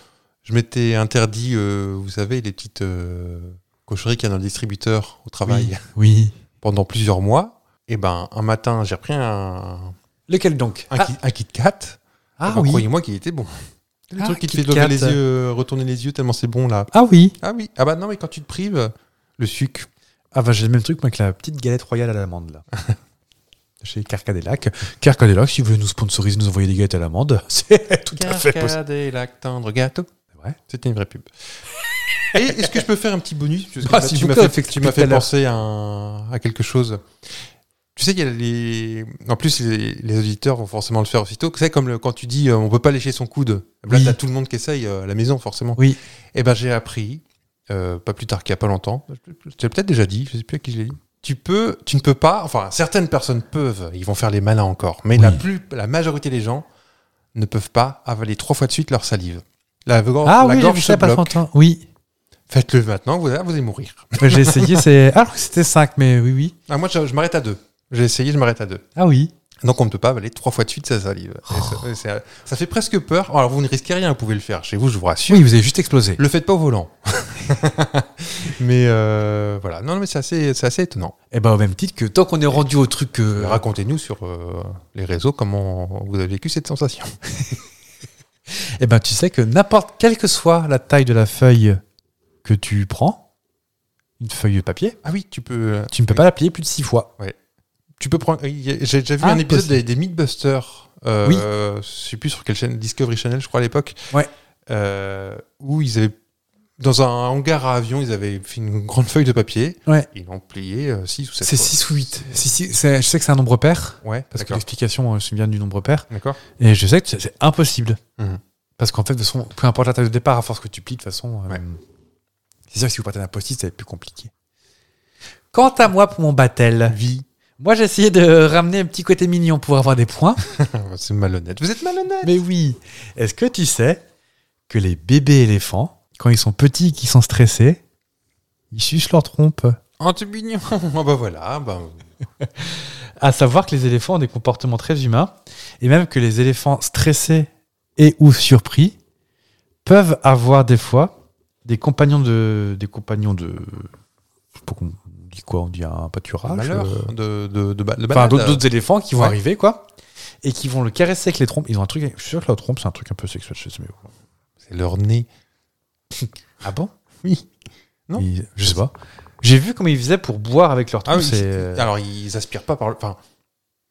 B: je m'étais interdit, euh, vous savez, les petites euh, cochonneries qu'il y a dans le distributeur
A: Ah,
B: au travail
A: Oui.
B: pendant plusieurs mois. Et ben, un matin, j'ai repris un,
A: Lequel donc
B: un,
A: Ah,
B: Kit- un Kit Kat.
A: ah
B: Eh ben,
A: oui.
B: Croyez-moi qu'il était bon. Le
A: Ah,
B: truc qui te
A: Kit
B: fait lever
A: Kat.
B: les yeux, euh, retourner les yeux tellement c'est bon là.
A: Ah oui.
B: Ah oui, ah bah non, mais quand tu te prives, le sucre
A: Ah bah j'ai le même truc moi, avec la petite galette royale à l'amande là. Chez Carcadélac. Carcadélac, si vous voulez nous sponsoriser, nous envoyer des galettes à l'amande, c'est tout à fait possible.
B: Carcadélac, tendre gâteau.
A: C'est vrai.
B: C'était une vraie pub. Et est-ce que je peux faire un petit bonus Parce que
A: Ah,
B: là,
A: s'il
B: Tu
A: vous
B: m'as
A: plaît,
B: fait, tu m'as
A: tout à
B: fait
A: l'heure.
B: penser à, un- à quelque chose. Tu sais, il y a les... En plus, les, les auditeurs vont forcément le faire aussitôt. C'est comme le- quand tu dis euh, on peut pas lécher son coude. Là,
A: Oui.
B: t'as tout le monde qui essaye euh, à la maison, forcément.
A: Oui.
B: Eh ben, j'ai appris, euh, pas plus tard qu'il y a pas longtemps, je t'ai peut-être déjà dit, je sais plus à qui je l'ai dit. Tu peux, tu ne peux pas, enfin, certaines personnes peuvent, ils vont faire les malins encore, mais la,
A: Oui.
B: plus, la majorité des gens ne peuvent pas avaler trois fois de suite leur salive. La, gor-
A: Ah
B: Oh, la
A: oui, j'ai
B: gorge
A: vu
B: se
A: ça pas
B: bloque.
A: longtemps. Oui.
B: Faites-le maintenant, vous, vous allez mourir.
A: j'ai essayé, c'est... Ah, je crois que c'était 5, mais oui, oui.
B: Ah, moi, je, je m'arrête à deux. J'ai essayé, je m'arrête à deux.
A: Ah oui.
B: Donc, on ne peut pas avaler trois fois de suite sa salive. Et
A: Oh.
B: ça- et ça, ça fait presque peur. Alors, vous ne risquez rien, vous pouvez le faire chez vous, je vous rassure.
A: Oui, vous avez juste explosé.
B: Le faites pas au volant. mais euh, voilà, non, non, mais c'est assez, c'est assez étonnant.
A: Et ben au même titre que tant qu'on est rendu au truc que.
B: Racontez-nous sur euh, les réseaux comment vous avez vécu cette sensation.
A: Eh ben, tu sais que n'importe, quelle que soit la taille de la feuille que tu prends, une feuille de papier,
B: Ah oui, tu peux.
A: tu ne peux pas la plier plus de six fois.
B: Tu peux prendre. J'ai j'ai déjà vu
A: Ah,
B: un épisode
A: possible.
B: des, des Mythbusters. euh,
A: Oui.
B: Je sais plus sur quelle chaîne, Discovery Channel, je crois à l'époque.
A: Ouais.
B: euh, où ils avaient dans un hangar à avion, ils avaient fait une grande feuille de papier.
A: Ouais.
B: Ils l'ont plié 6 ou 7
A: C'est 6 ou 8. je sais que c'est un nombre pair,
B: Ouais,
A: parce que
B: d'accord.
A: l'explication, euh, se vient du nombre pair.
B: D'accord.
A: Et je sais que c'est- c'est impossible.
B: Mhm.
A: Parce qu'en fait, de toute façon, peu importe la taille de départ, à force que tu plies, de toute façon. euh,
B: Ouais.
A: C'est sûr que si vous partez d'un post-it, ça va être plus compliqué. Quant à moi pour mon battle, vie. Moi, j'ai essayé de ramener un petit côté mignon pour avoir des points.
B: C'est malhonnête. Vous êtes malhonnête.
A: Mais oui. Est-ce que tu sais que les bébés éléphants, quand ils sont petits et qu'ils sont stressés, ils sucent leur trompe
B: Oh, t'es mignon. Ah bah voilà. Bah,
A: À savoir que les éléphants ont des comportements très humains, et même que les éléphants stressés et ou surpris peuvent avoir des fois des compagnons de... Des compagnons de... Je sais pas qu'on dit quoi, on dit un pâturage
B: malheur
A: euh,
B: de, de, de, ba- de
A: Enfin,
B: balade.
A: d'autres d'autres éléphants qui vont
B: Ouais.
A: arriver, quoi. Et qui vont le caresser avec les trompes. Ils ont un truc. Je suis sûr que leur trompe, c'est un truc un peu sexuel chez eux. mais bon.
B: C'est leur nez.
A: Ah bon
B: Oui. Non.
A: Ils- je sais pas. J'ai vu comment ils faisaient pour boire avec leur
B: Ah
A: trompe.
B: oui,
A: c'est, euh,
B: c'est- alors ils aspirent pas par le. Enfin,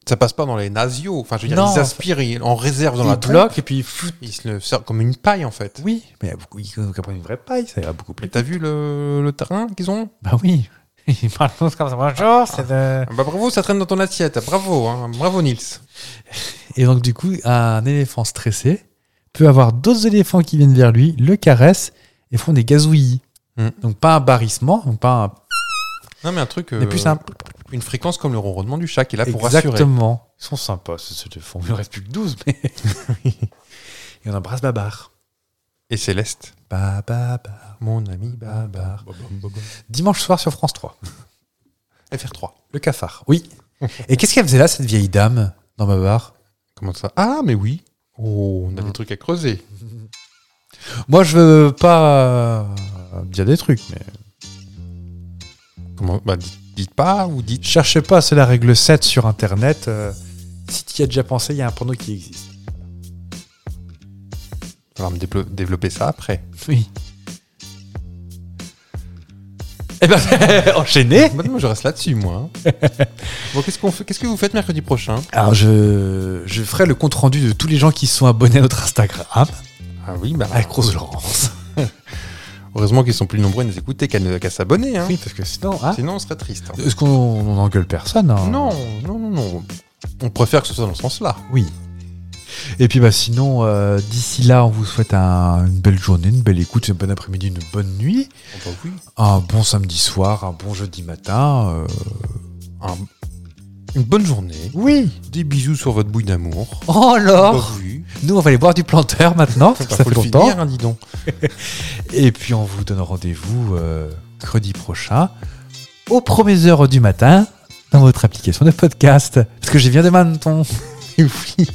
B: ça passe pas dans les nasios. Enfin, je veux dire,
A: Non.
B: ils aspirent ils- en réserve dans
A: ils
B: la trompe.
A: bloquent et puis ils foutent.
B: Ils se le servent comme une paille en fait.
A: Oui, mais il y a beaucoup- ils ont qu'à prendre une vraie paille, ça ira beaucoup plus
B: Mais
A: vite.
B: T'as vu le, le terrain qu'ils ont
A: Bah oui. Ils parlent tous comme ça. Bonjour, c'est de-
B: Ah bah, Bravo, ça traîne dans ton assiette. Bravo, hein. bravo Nils.
A: Et donc, du coup, un éléphant stressé peut avoir d'autres éléphants qui viennent vers lui, le caressent et font des gazouillis.
B: Hmm.
A: Donc, pas un barrissement, donc pas un.
B: Non mais un truc.
A: Mais
B: euh,
A: plus un.
B: Une fréquence comme le ronronnement du chat qui est là pour rassurer.
A: Exactement. Ils sont sympas, ces éléphants. Il ne reste plus que 12, mais. et on embrasse Babar.
B: Et Céleste,
A: Babar.
B: mon ami
A: bah.
B: Babar.
A: Dimanche soir sur France 3.
B: FR3.
A: Le cafard, oui. Et qu'est-ce qu'elle faisait là, cette vieille dame, dans ma barre
B: Comment ça Ah mais oui. Oh,
A: Ah.
B: on a des trucs à creuser.
A: Moi, je veux pas euh, dire des trucs, mais.
B: Comment Bah dites, dites pas ou dites.
A: Cherchez pas, c'est la règle 7 sur Internet. euh, si tu y as déjà pensé, il y a un porno qui existe.
B: On va me déplo- développer ça après.
A: Oui. Eh ben, enchaîné
B: Bah non, moi, je reste là-dessus, moi. hein. bon, qu'est-ce qu'on fait Qu'est-ce que vous faites mercredi prochain
A: Alors, je, je ferai le compte-rendu de tous les gens qui sont abonnés à notre Instagram,
B: Ah oui, bah
A: avec Rose Laurence.
B: heureusement qu'ils sont plus nombreux à nous écouter qu'à ne- qu'à s'abonner. Hein.
A: Oui, parce que sinon, hein
B: Sinon, on serait triste. hein.
A: Est-ce qu'on
B: Euh,
A: on engueule personne hein
B: Non, non, non, non. On préfère que ce soit dans ce sens-là.
A: Oui. Et puis bah sinon, euh, d'ici là, on vous souhaite un- une belle journée, une belle écoute, un bon après-midi, une bonne nuit,
B: Ah bah
A: un bon samedi soir, un bon jeudi matin. euh,
B: Un- Une bonne journée.
A: Oui.
B: Des bisous sur votre bouille d'amour.
A: Oh
B: Bah
A: alors
B: oui.
A: Nous, on va aller boire du planteur maintenant, parce que
B: Bah,
A: ça
B: faut
A: fait
B: le
A: longtemps.
B: finir, hein, dis donc.
A: Et puis on vous donne rendez-vous euh, mercredi prochain, aux premières heures du matin, dans votre application de podcast. Parce que j'ai viens de Menton.
B: Et oui.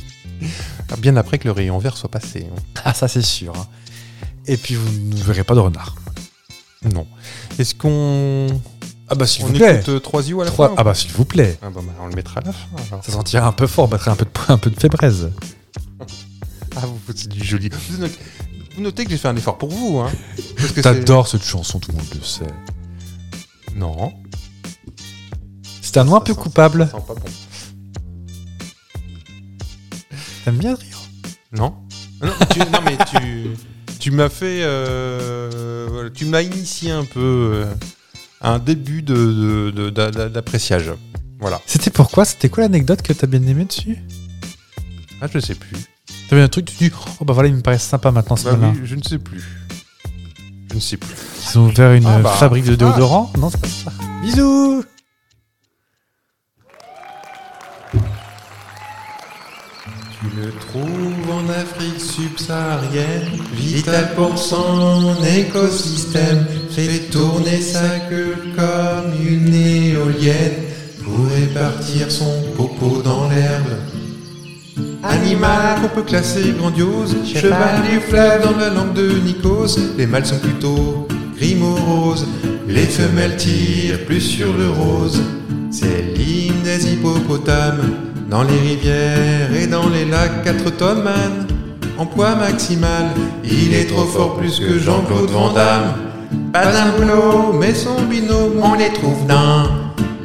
B: Ah, Bien après que le rayon vert soit passé. hein.
A: Ah ça c'est sûr. hein. Et puis vous ne verrez pas de renard.
B: Non. Est-ce qu'on.
A: Ah bah s'il
B: On
A: vous plaît.
B: écoute euh, trois yeux à la
A: Trois-
B: fin
A: Ah bah s'il vous plaît.
B: Ah bah, bah, on le mettra à la fin. alors.
A: Ça sentira un peu fort, battrait un peu de, un peu de fébraise.
B: Ah, vous faites du joli. Vous notez, vous notez que j'ai fait un effort pour vous. Hein, parce que c'est-
A: T'adores cette chanson, tout le monde le sait.
B: Non.
A: C'est un nom un peu
B: sent-
A: coupable.
B: ça sent pas bon.
A: T'aimes bien rire
B: Non. Ah Non, tu- non, mais tu, tu m'as fait. euh, voilà, tu m'as initié un peu euh, à un début de, de- de- d'a- d'a- d'appréciage. Voilà.
A: C'était pourquoi C'était quoi l'anecdote que t'as bien aimé dessus
B: Ah, je sais plus.
A: T'as vu un truc, tu te dis, oh bah voilà, il me paraît sympa maintenant ce
B: Bah
A: là
B: oui, je ne sais plus. Je ne sais plus.
A: Ils ont ouvert une
B: Ah bah.
A: euh, fabrique de déodorant Non, c'est pas ça. Bisous
H: Tu le trouves en Afrique subsaharienne, vital pour son écosystème, fait tourner sa queue comme une éolienne pour répartir son popo dans l'herbe.
B: Animal qu'on peut classer grandiose, cheval du fleuve dans la langue de Nikos. Les mâles sont plutôt gris morose, les femelles tirent plus sur le rose. C'est l'hymne des hippopotames, dans les rivières et dans les lacs 4 tonnes man. En poids maximal, il est trop fort plus que Jean-Claude Van Damme. Pas d'un boulot, mais son binôme, on les trouve dans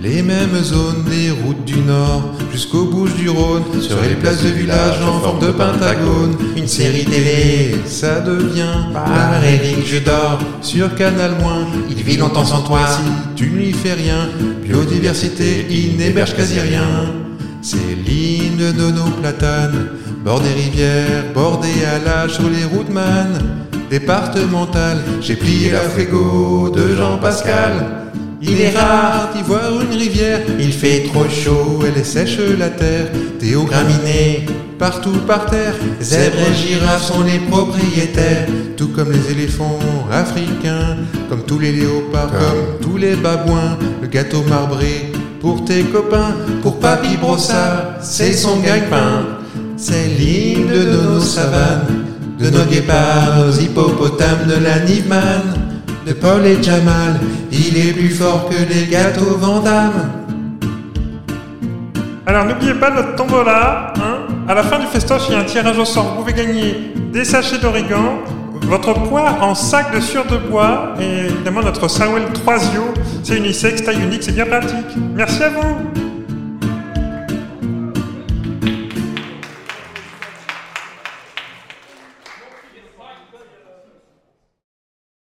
B: les mêmes zones des routes du Nord jusqu'aux Bouches du Rhône, sur les places de village en forme de pentagone. Une série télé, ça devient par Eric Judor sur Canal Moins. Il vit longtemps sans toi si tu ne lui fais rien. Biodiversité, il n'héberge quasi rien. C'est l'hymne de nos platanes, bord des rivières, bordées à l'âge sur les routes man, départementales. J'ai plié la frigo de Jean-Pascal. Il est rare d'y voir une rivière, il fait trop chaud, elle est sèche la terre. Théo graminé, partout par terre, zèbres et girafes sont les propriétaires, tout comme les éléphants africains, comme tous les léopards, comme tous les babouins, le gâteau marbré pour tes copains, pour Papy Brossard, c'est son gagne-pain. C'est l'île de nos savanes, de nos guépards, nos hippopotames, de la Nivman, de Paul et Jamal. Il est plus fort que les gâteaux Vandamme.
K: Alors n'oubliez pas notre tombola. Hein à la fin du festoche, il y a un tirage au sort. Vous pouvez gagner des sachets d'origan, votre poire en sac de sur de bois et évidemment notre Sawell 3 C'est unisexe, taille unique, c'est bien pratique. Merci à vous.